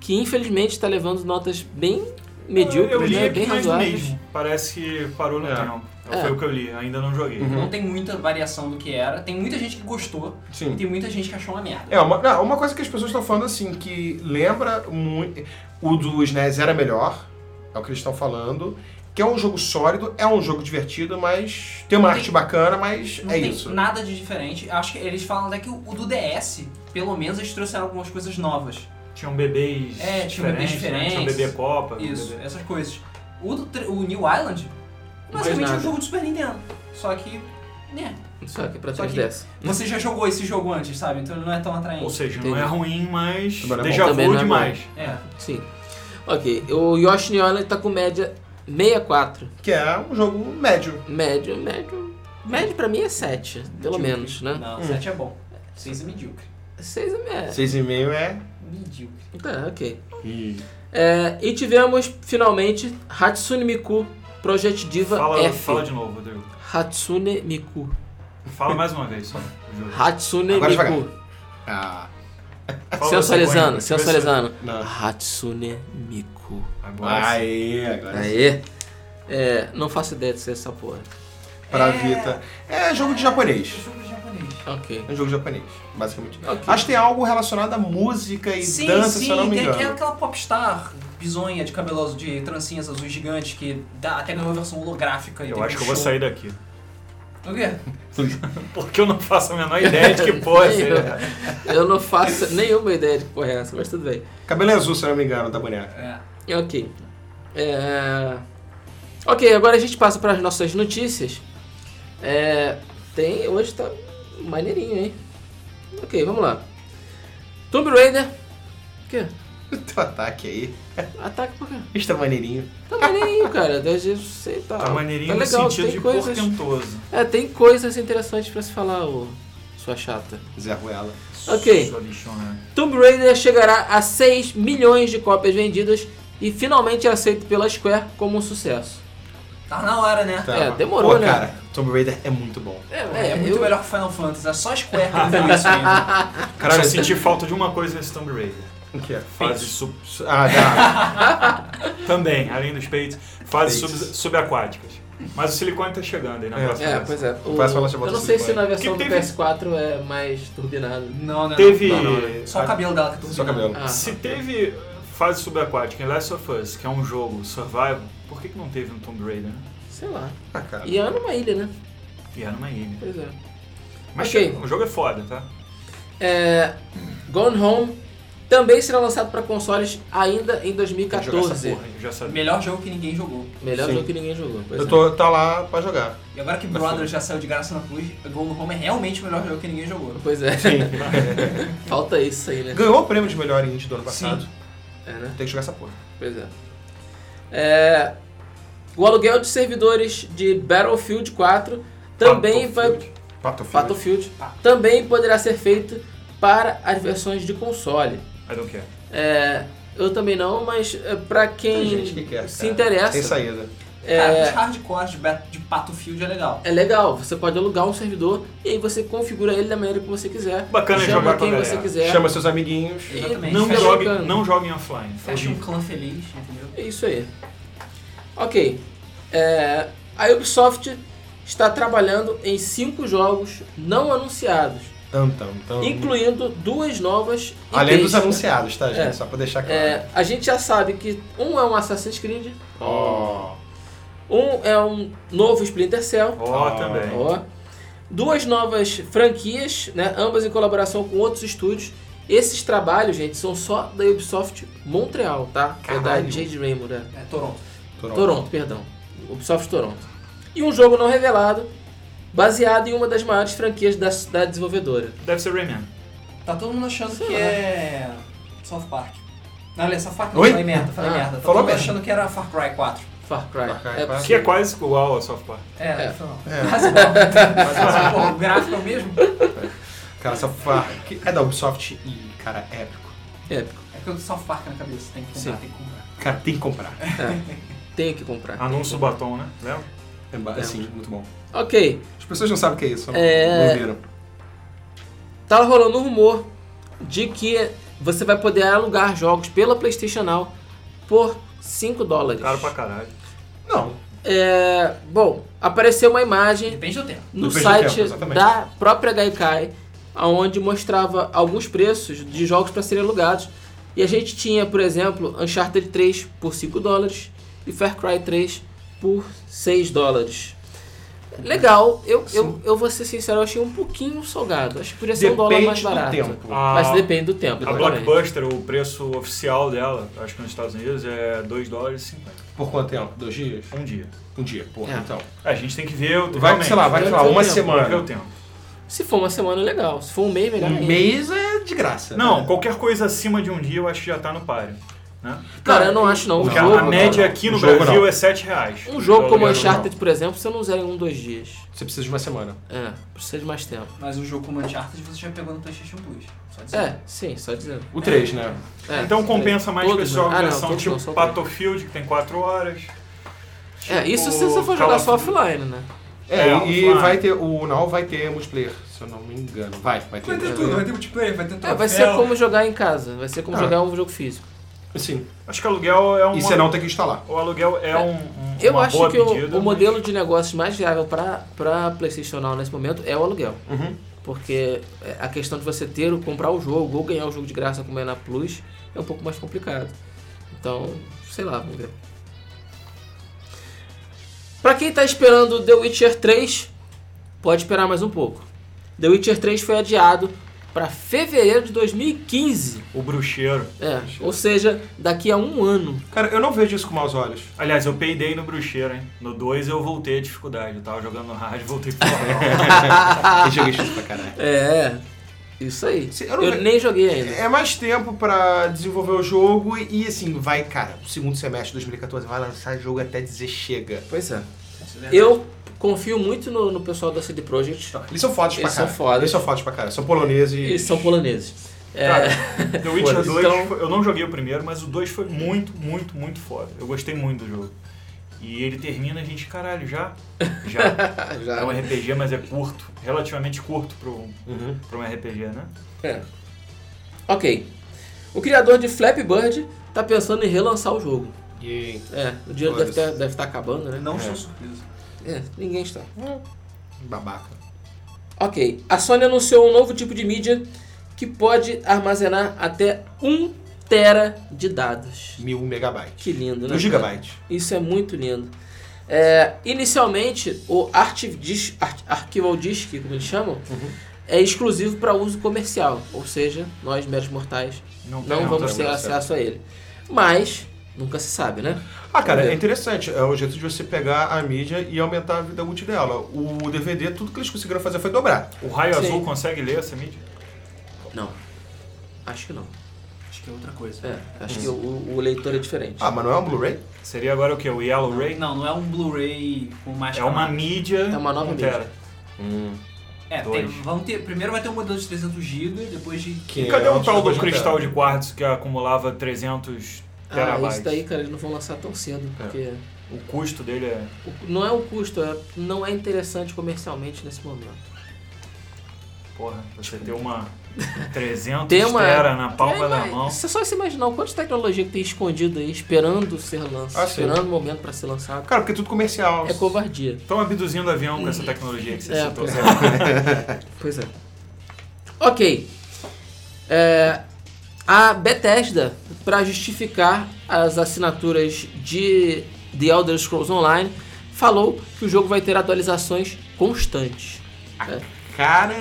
Speaker 1: que infelizmente está levando notas bem medíocres,
Speaker 3: eu li
Speaker 1: né?
Speaker 3: aqui
Speaker 1: bem
Speaker 3: mais do
Speaker 1: razoáveis.
Speaker 3: mesmo. Parece que parou no
Speaker 4: É.
Speaker 3: tempo.
Speaker 1: É.
Speaker 3: Foi o que eu li, ainda não joguei.
Speaker 4: Uhum.
Speaker 2: Não tem muita variação do que era. Tem muita gente que gostou e
Speaker 4: Sim.
Speaker 2: tem muita gente que achou uma merda.
Speaker 4: É, uma, não, uma coisa que as pessoas estão falando assim, que lembra muito. O do SNES era melhor, é o que eles estão falando. Que é um jogo sólido, é um jogo divertido, mas tem uma
Speaker 2: Não tem-
Speaker 4: arte bacana, mas
Speaker 2: Não
Speaker 4: é
Speaker 2: tem
Speaker 4: isso.
Speaker 2: nada de diferente. Acho que eles falam até que o o do DS, pelo menos, eles trouxeram algumas coisas novas.
Speaker 3: Tinham bebês
Speaker 2: É, tinham bebês
Speaker 3: diferentes, né? Tinha um
Speaker 2: diferentes.
Speaker 3: bebê Copa. um
Speaker 2: Isso,
Speaker 3: bebê-
Speaker 2: essas coisas. O, do, tre- o New Island,
Speaker 1: Não fez
Speaker 2: basicamente é um
Speaker 1: nada.
Speaker 2: jogo do Super Nintendo. Só que, né,
Speaker 1: Só que pra
Speaker 2: Só que-
Speaker 1: 3DS.
Speaker 2: você já jogou esse jogo antes, sabe? Então ele não é tão
Speaker 3: Ou
Speaker 2: atraente.
Speaker 3: seja, não
Speaker 1: Entendi.
Speaker 3: é ruim, mas
Speaker 4: Também não é bom.
Speaker 3: déjà
Speaker 1: Também
Speaker 3: vu
Speaker 1: não é
Speaker 3: demais.
Speaker 2: É.
Speaker 1: Sim. Ok, o Yoshi New Island tá com média 64.
Speaker 4: Que é um jogo médio.
Speaker 1: Médio, médio. Médio pra mim é 7, pelo
Speaker 2: Medíocre.
Speaker 1: menos, né?
Speaker 2: Não, 7 é bom. 6 é medíocre.
Speaker 1: 6 é médio.
Speaker 4: 6,5 é.
Speaker 2: Medíocre.
Speaker 1: Tá, ok.
Speaker 4: Ih.
Speaker 1: É, e tivemos, finalmente, Hatsune Miku Project Diva
Speaker 3: Fala,
Speaker 1: F.
Speaker 3: fala de novo, Rodrigo.
Speaker 1: Hatsune Miku.
Speaker 3: Fala mais uma vez só. o jogo.
Speaker 1: Hatsune
Speaker 4: Agora
Speaker 1: Miku.
Speaker 4: Ah.
Speaker 3: Fala
Speaker 1: Sensualizando,
Speaker 3: a sequência, deixa eu ver
Speaker 1: sensualizando.
Speaker 4: Não.
Speaker 1: Hatsune Miku.
Speaker 3: se- Agora sim.
Speaker 4: Aê, agora sim.
Speaker 1: Aê. É, não faço ideia de ser essa porra.
Speaker 4: Pra
Speaker 2: É.
Speaker 4: Vita. É jogo de
Speaker 2: É
Speaker 4: japonês.
Speaker 2: jogo de japonês.
Speaker 1: Ok.
Speaker 4: É um jogo japonês, basicamente.
Speaker 1: Ok.
Speaker 4: Acho que tem algo relacionado à música e dança, se eu não me
Speaker 2: tem
Speaker 4: engano.
Speaker 2: aquela, aquela popstar bizonha de cabelo azul, de trancinhas azuis gigantes que dá, até ganhou a versão holográfica. e
Speaker 3: Eu
Speaker 2: teve
Speaker 3: acho
Speaker 2: um
Speaker 3: que eu vou
Speaker 2: show.
Speaker 3: sair daqui.
Speaker 2: O quê?
Speaker 3: Porque eu não faço a menor ideia é de que porra
Speaker 1: Nem
Speaker 3: seja.
Speaker 1: eu. Eu não faço nenhuma ideia de que porra é essa, mas tudo bem.
Speaker 4: Cabelo é azul, se eu não me engano, da boneca.
Speaker 2: É.
Speaker 1: Ok. É, Ok, agora a gente passa para as nossas notícias. É, Tem. Hoje tá maneirinho, hein? Ok, vamos lá. Tomb Raider. O quê?
Speaker 4: O teu ataque aí.
Speaker 1: Ataque por quê?
Speaker 4: Tá, Está maneirinho.
Speaker 1: Tá maneirinho, cara. Eu sei, tá.
Speaker 3: Tá maneirinho
Speaker 1: tá
Speaker 3: no
Speaker 1: legal,
Speaker 3: sentido
Speaker 1: tem
Speaker 3: de um-
Speaker 1: coisas.
Speaker 3: portentoso.
Speaker 1: É, tem coisas interessantes pra se falar, ô, sua chata.
Speaker 4: Zé Ruela.
Speaker 1: Ok.
Speaker 3: Sua lixona.
Speaker 1: Tomb Raider chegará a 6 milhões de cópias vendidas e finalmente é aceito pela Square como um sucesso.
Speaker 2: Tá na hora, né?
Speaker 4: Tá.
Speaker 1: É, demorou,
Speaker 4: Pô,
Speaker 1: né?
Speaker 4: cara, Tomb Raider é muito bom.
Speaker 1: É,
Speaker 2: É, muito
Speaker 1: eu-
Speaker 2: melhor que Final Fantasy. É só Square que não viu isso ainda.
Speaker 4: Caralho,
Speaker 3: eu só
Speaker 4: esse-
Speaker 3: senti falta de uma coisa nesse Tomb Raider.
Speaker 4: O que é?
Speaker 3: Fase sub...
Speaker 4: Ah, tá.
Speaker 3: Também, além dos peitos, fases
Speaker 4: Peitos.
Speaker 3: sub- subaquáticas. Mas o silicone tá chegando aí na
Speaker 4: É.
Speaker 3: próxima.
Speaker 1: É,
Speaker 3: vez.
Speaker 1: pois é. O-
Speaker 4: Parece que ela chamou
Speaker 1: eu não
Speaker 4: de
Speaker 1: sei
Speaker 4: Silver.
Speaker 1: se na versão
Speaker 3: Que
Speaker 1: do
Speaker 3: teve-
Speaker 1: PS4 é mais turbinado.
Speaker 2: Não, não.
Speaker 3: Teve.
Speaker 4: Não, não,
Speaker 2: Só o cabelo dela que tu
Speaker 4: Só cabelo.
Speaker 1: Ah,
Speaker 3: Se
Speaker 1: ok.
Speaker 3: teve fase subaquática em Last of Us, que é um jogo survival, por que, que não teve no Tomb Raider, né?
Speaker 1: Sei lá.
Speaker 4: Ah, cara.
Speaker 1: E é numa ilha, né?
Speaker 3: E era uma ilha.
Speaker 1: Pois é.
Speaker 3: Mas
Speaker 1: Ok.
Speaker 3: chega, o jogo é foda, tá?
Speaker 1: É, Gone Home também será lançado pra consoles ainda em
Speaker 4: Tem que jogar essa
Speaker 1: 2014.
Speaker 4: porra.
Speaker 3: Eu já sabia.
Speaker 2: Melhor jogo que ninguém jogou.
Speaker 1: Melhor
Speaker 4: Sim.
Speaker 1: jogo que ninguém jogou. pois
Speaker 4: Eu
Speaker 1: é.
Speaker 4: tô, tá lá pra jogar.
Speaker 2: E agora que Brother já saiu de graça na Plus, Golden Home é realmente o melhor jogo que ninguém jogou.
Speaker 1: Pois é. Falta isso aí, né?
Speaker 4: Ganhou o prêmio de melhor indie do ano passado.
Speaker 1: É, né?
Speaker 4: Tem que jogar essa porra.
Speaker 1: Pois é. É, O aluguel de servidores de Battlefield 4 também vai.
Speaker 3: Battlefield.
Speaker 4: Battlefield.
Speaker 1: Battlefield também poderá ser feito para as versões de console.
Speaker 3: I don't care.
Speaker 1: É, eu também não, mas é, pra quem
Speaker 4: Tem gente que quer,
Speaker 1: se
Speaker 4: cara. Tem
Speaker 1: interessa,
Speaker 4: saída.
Speaker 2: Cara, os
Speaker 1: é,
Speaker 2: hardcore de, Bat- de Battlefield é legal.
Speaker 1: é legal. Você pode alugar um servidor e aí você configura ele da maneira que você quiser.
Speaker 3: Bacana
Speaker 1: chama
Speaker 3: jogar com a
Speaker 1: quem
Speaker 3: galera.
Speaker 1: você quiser.
Speaker 4: Chama seus amiguinhos.
Speaker 1: e
Speaker 2: Exatamente.
Speaker 3: Não
Speaker 1: fica
Speaker 3: jogue,
Speaker 1: jogando.
Speaker 3: não jogue em offline.
Speaker 2: Fecha um clã feliz, entendeu?
Speaker 1: É isso aí. Ok. É, a Ubisoft está trabalhando em cinco jogos não anunciados,
Speaker 4: Tam, tam, tam.
Speaker 1: incluindo duas novas. e
Speaker 4: Hum. Além
Speaker 1: três.
Speaker 4: dos anunciados, tá, gente?
Speaker 1: É.
Speaker 4: Só pra deixar claro.
Speaker 1: É, a gente já sabe que um é um Assassin's Creed,
Speaker 4: Ó.
Speaker 1: um é um novo Splinter Cell,
Speaker 3: Ó,
Speaker 4: Ah.
Speaker 3: também.
Speaker 1: Ó. Duas novas franquias, né? Ambas em colaboração com outros estúdios. Esses trabalhos, gente, são só da Ubisoft Montreal, tá? Que é da
Speaker 4: Caralho.
Speaker 1: Jade Raymond, né?
Speaker 2: É Toronto.
Speaker 1: Toronto, perdão. Ubisoft Toronto. E um jogo não revelado, baseado em uma das maiores franquias da, da desenvolvedora.
Speaker 3: Deve ser Rayman.
Speaker 2: Tá todo mundo achando
Speaker 1: Sei
Speaker 2: que
Speaker 1: lá.
Speaker 2: é. South Park. Não, olha, South Park não,
Speaker 4: Oi?
Speaker 2: falei merda, falei
Speaker 1: Ah,
Speaker 2: merda. Tá
Speaker 4: falou
Speaker 2: todo mundo
Speaker 4: merda.
Speaker 2: achando que era Far Cry 4.
Speaker 1: Far Cry.
Speaker 4: Far Cry,
Speaker 1: É,
Speaker 4: quase.
Speaker 3: Que é quase igual ao Soft Park.
Speaker 2: É,
Speaker 1: É.
Speaker 2: não.
Speaker 4: É.
Speaker 2: Mas igual. Mas, pô, o gráfico é o mesmo.
Speaker 4: Cara, essa fa- que é da Ubisoft e, cara, é épico.
Speaker 1: épico.
Speaker 2: É que eu do South Park na cabeça, tem que comprar,
Speaker 1: Sim.
Speaker 2: tem que comprar.
Speaker 4: Cara, tem que comprar.
Speaker 1: Tenho que comprar.
Speaker 3: Anúncio batom, né? Lembra?
Speaker 4: É, ba- assim, muito bom.
Speaker 1: Ok.
Speaker 4: As pessoas não sabem o que é isso. não-
Speaker 1: É.
Speaker 4: Não viram.
Speaker 1: Tá rolando um rumor de que você vai poder alugar jogos pela PlayStation Now por 5 dólares.
Speaker 3: Caro pra caralho.
Speaker 4: Não.
Speaker 1: É, bom, apareceu uma imagem
Speaker 2: Depende do tempo.
Speaker 1: no
Speaker 4: Depende do
Speaker 1: site
Speaker 4: tempo, exatamente.
Speaker 1: da própria Gaikai, onde mostrava alguns preços de jogos para serem alugados. E a gente tinha, por exemplo, Uncharted 3 por 5 dólares e Far Cry 3 por 6 dólares. Legal, eu, eu, eu vou ser sincero, eu achei um pouquinho salgado. Acho que podia ser um dólar mais
Speaker 4: Depende do
Speaker 1: barato.
Speaker 4: tempo.
Speaker 3: A,
Speaker 1: Mas depende do tempo.
Speaker 3: a
Speaker 1: também.
Speaker 3: Blockbuster,
Speaker 1: é
Speaker 3: o preço oficial dela, acho que nos Estados Unidos, é 2 dólares e 50.
Speaker 4: Por quanto tempo? Dois dias?
Speaker 3: Um dia.
Speaker 4: Um dia, porra,
Speaker 1: É.
Speaker 4: então.
Speaker 3: A gente tem que ver o
Speaker 4: Vai, que, sei lá, vai que, sei lá,
Speaker 1: Depende do tempo.
Speaker 4: uma
Speaker 3: Vai ver o
Speaker 4: semana.
Speaker 3: tempo.
Speaker 1: Se for uma semana, legal. Se for um mês, melhor
Speaker 4: Um
Speaker 1: ainda.
Speaker 4: mês é de graça.
Speaker 3: Não,
Speaker 4: né?
Speaker 3: qualquer coisa acima de um dia eu acho que já tá no páreo. Né?
Speaker 1: Cara, eu não acho não. Um
Speaker 3: Porque
Speaker 4: Não,
Speaker 3: a
Speaker 1: jogo,
Speaker 3: média
Speaker 4: não.
Speaker 3: aqui
Speaker 4: O
Speaker 3: no
Speaker 4: jogo
Speaker 3: Brasil
Speaker 4: não.
Speaker 3: é 7 reais.
Speaker 1: um jogo
Speaker 3: Tá
Speaker 1: como
Speaker 3: ligado?
Speaker 1: Uncharted, por exemplo, você não zera em um, dois dias.
Speaker 4: Você precisa de uma semana.
Speaker 1: É, precisa de mais tempo.
Speaker 2: Mas o jogo como Uncharted você já pegou no PlayStation Plus. Só dizer.
Speaker 1: É, sim, só dizendo.
Speaker 4: O 3, né?
Speaker 1: É,
Speaker 3: Então
Speaker 1: sim.
Speaker 3: compensa mais que
Speaker 1: Todos,
Speaker 3: esses
Speaker 1: né?
Speaker 3: jogos
Speaker 1: Ah,
Speaker 3: que
Speaker 1: não,
Speaker 3: são
Speaker 1: todos não, só
Speaker 3: tipo Battlefield, que tem 4 horas.
Speaker 1: É,
Speaker 3: tipo,
Speaker 1: isso se você for
Speaker 3: Call
Speaker 1: jogar
Speaker 3: of
Speaker 1: só
Speaker 3: Duty.
Speaker 1: offline, né?
Speaker 4: É,
Speaker 3: É,
Speaker 4: e
Speaker 3: offline.
Speaker 4: vai ter. O Now vai ter multiplayer, se eu não me engano. Vai, vai ter.
Speaker 2: Vai ter tudo, vai ter multiplayer, vai ter tudo.
Speaker 1: É, vai ser como jogar em casa, vai ser como
Speaker 3: Tá.
Speaker 4: Ah.
Speaker 1: jogar um jogo físico.
Speaker 4: Sim.
Speaker 3: Acho que aluguel é um.
Speaker 4: E você não tem que instalar.
Speaker 3: O aluguel é um. um
Speaker 1: Eu
Speaker 3: uma
Speaker 1: acho
Speaker 3: boa
Speaker 1: que o,
Speaker 3: medida,
Speaker 1: o modelo de negócios mais viável pra, pra PlayStation Now nesse momento é o aluguel.
Speaker 4: Uhum.
Speaker 1: Porque é, a questão de você ter ou comprar o jogo ou ganhar o jogo de graça como é na Plus é um pouco mais complicado. Então, sei lá, vamos ver. Pra quem tá esperando The Witcher 3, pode esperar mais um pouco. The Witcher 3 foi adiado pra fevereiro de 2015.
Speaker 3: O bruxeiro.
Speaker 1: É, ou seja, daqui a um ano.
Speaker 4: Cara, eu não vejo isso com maus olhos.
Speaker 3: Aliás, eu peidei no bruxeiro, hein? No 2 eu voltei a dificuldade. Eu tava jogando no hard, voltei pro normal.
Speaker 4: Eu joguei isso pra caralho.
Speaker 1: É, isso aí.
Speaker 4: Se- eu
Speaker 1: Eu,
Speaker 4: não ve-
Speaker 1: nem joguei ainda.
Speaker 4: É mais tempo pra desenvolver o jogo e assim, vai, cara, o segundo semestre de 2014 vai lançar jogo até dizer chega.
Speaker 1: Pois é.
Speaker 2: como.
Speaker 1: Eu confio muito no, no pessoal da CD Projekt.
Speaker 4: Eles são fodas pra
Speaker 1: Eles são
Speaker 4: cara.
Speaker 1: fodas.
Speaker 4: Eles são fodas pra cara. São poloneses.
Speaker 1: Eles são poloneses. É,
Speaker 3: Cara, The Witcher
Speaker 1: Foda-se.
Speaker 3: 2,
Speaker 1: Então-
Speaker 3: foi- eu não joguei o primeiro, mas o 2 foi muito, muito, muito foda. Eu gostei muito do jogo. E ele termina, a gente, caralho, já? Já.
Speaker 1: já,
Speaker 3: É um RPG, mas é curto. Relativamente curto pro,
Speaker 4: Uhum.
Speaker 3: pra um RPG, né?
Speaker 1: É. Ok. O criador de Flappy Bird tá pensando em relançar o jogo.
Speaker 4: E
Speaker 1: É, o dinheiro deve
Speaker 4: Foda-se.
Speaker 1: estar deve tá acabando, né?
Speaker 2: Não
Speaker 4: É.
Speaker 2: sou surpreso.
Speaker 1: É, ninguém está.
Speaker 4: babaca.
Speaker 1: Ok. A Sony anunciou um novo tipo de mídia que pode armazenar até 1 tera de dados.
Speaker 4: Mil megabytes.
Speaker 1: Que lindo, né?
Speaker 4: Um gigabyte.
Speaker 1: Isso é muito lindo. É, inicialmente, o Archive Disk, Ar- Archival Disk, como eles chamam, é exclusivo para uso comercial. Ou seja, nós, meros mortais, não, é
Speaker 3: tem
Speaker 1: vamos
Speaker 3: outra
Speaker 1: ter
Speaker 3: coisa.
Speaker 1: acesso a ele. Mas, nunca se sabe, né?
Speaker 4: Ah, cara,
Speaker 1: Entendeu?
Speaker 4: é interessante. É o jeito de você pegar a mídia e aumentar a vida útil dela. O DVD, tudo que eles conseguiram fazer foi dobrar.
Speaker 3: O raio
Speaker 1: Sim.
Speaker 3: azul consegue ler essa mídia?
Speaker 1: Não. Acho que não.
Speaker 2: Acho que é outra coisa.
Speaker 1: É, acho que o, o leitor é diferente.
Speaker 4: Ah, mas não é um Blu-ray?
Speaker 3: Seria agora o quê? O Yellow Ray?
Speaker 2: Não, não é um Blu-ray com mais
Speaker 3: É uma
Speaker 2: camada.
Speaker 3: mídia.
Speaker 1: É uma nova
Speaker 3: com
Speaker 1: mídia.
Speaker 3: tela.
Speaker 1: Hum,
Speaker 2: É, tem,
Speaker 3: Dois.
Speaker 2: vão ter, primeiro vai ter um modelo de 300 GB, depois de...
Speaker 4: Que
Speaker 3: Cadê
Speaker 4: é
Speaker 3: o
Speaker 1: um
Speaker 4: uma
Speaker 3: tal do
Speaker 4: coisa
Speaker 3: cristal
Speaker 4: tela.
Speaker 3: um de quartzo que acumulava 300
Speaker 1: ah,
Speaker 3: terabytes?
Speaker 1: isso daí, cara, eles não vão lançar tão cedo, porque
Speaker 3: O custo dele é.
Speaker 1: o- não é o custo, é- não é interessante comercialmente nesse momento.
Speaker 3: Porra, você ter uma 300
Speaker 1: Tem uma-
Speaker 3: tera na palma
Speaker 1: É,
Speaker 3: da
Speaker 1: mas
Speaker 3: mão.
Speaker 1: Você só se imaginar o quanto de tecnologia que tem escondida aí, esperando ser lançado,
Speaker 4: Ah, sim.
Speaker 1: esperando o momento para ser lançado.
Speaker 4: Cara, porque é tudo comercial.
Speaker 1: É covardia.
Speaker 3: Estão abduzindo o avião com essa tecnologia que você
Speaker 1: É,
Speaker 3: citou.
Speaker 1: pois
Speaker 3: sabe?
Speaker 1: Pois é. Ok. É, a Bethesda, para justificar as assinaturas de The Elder Scrolls Online, falou que o jogo vai ter atualizações constantes.
Speaker 4: cara.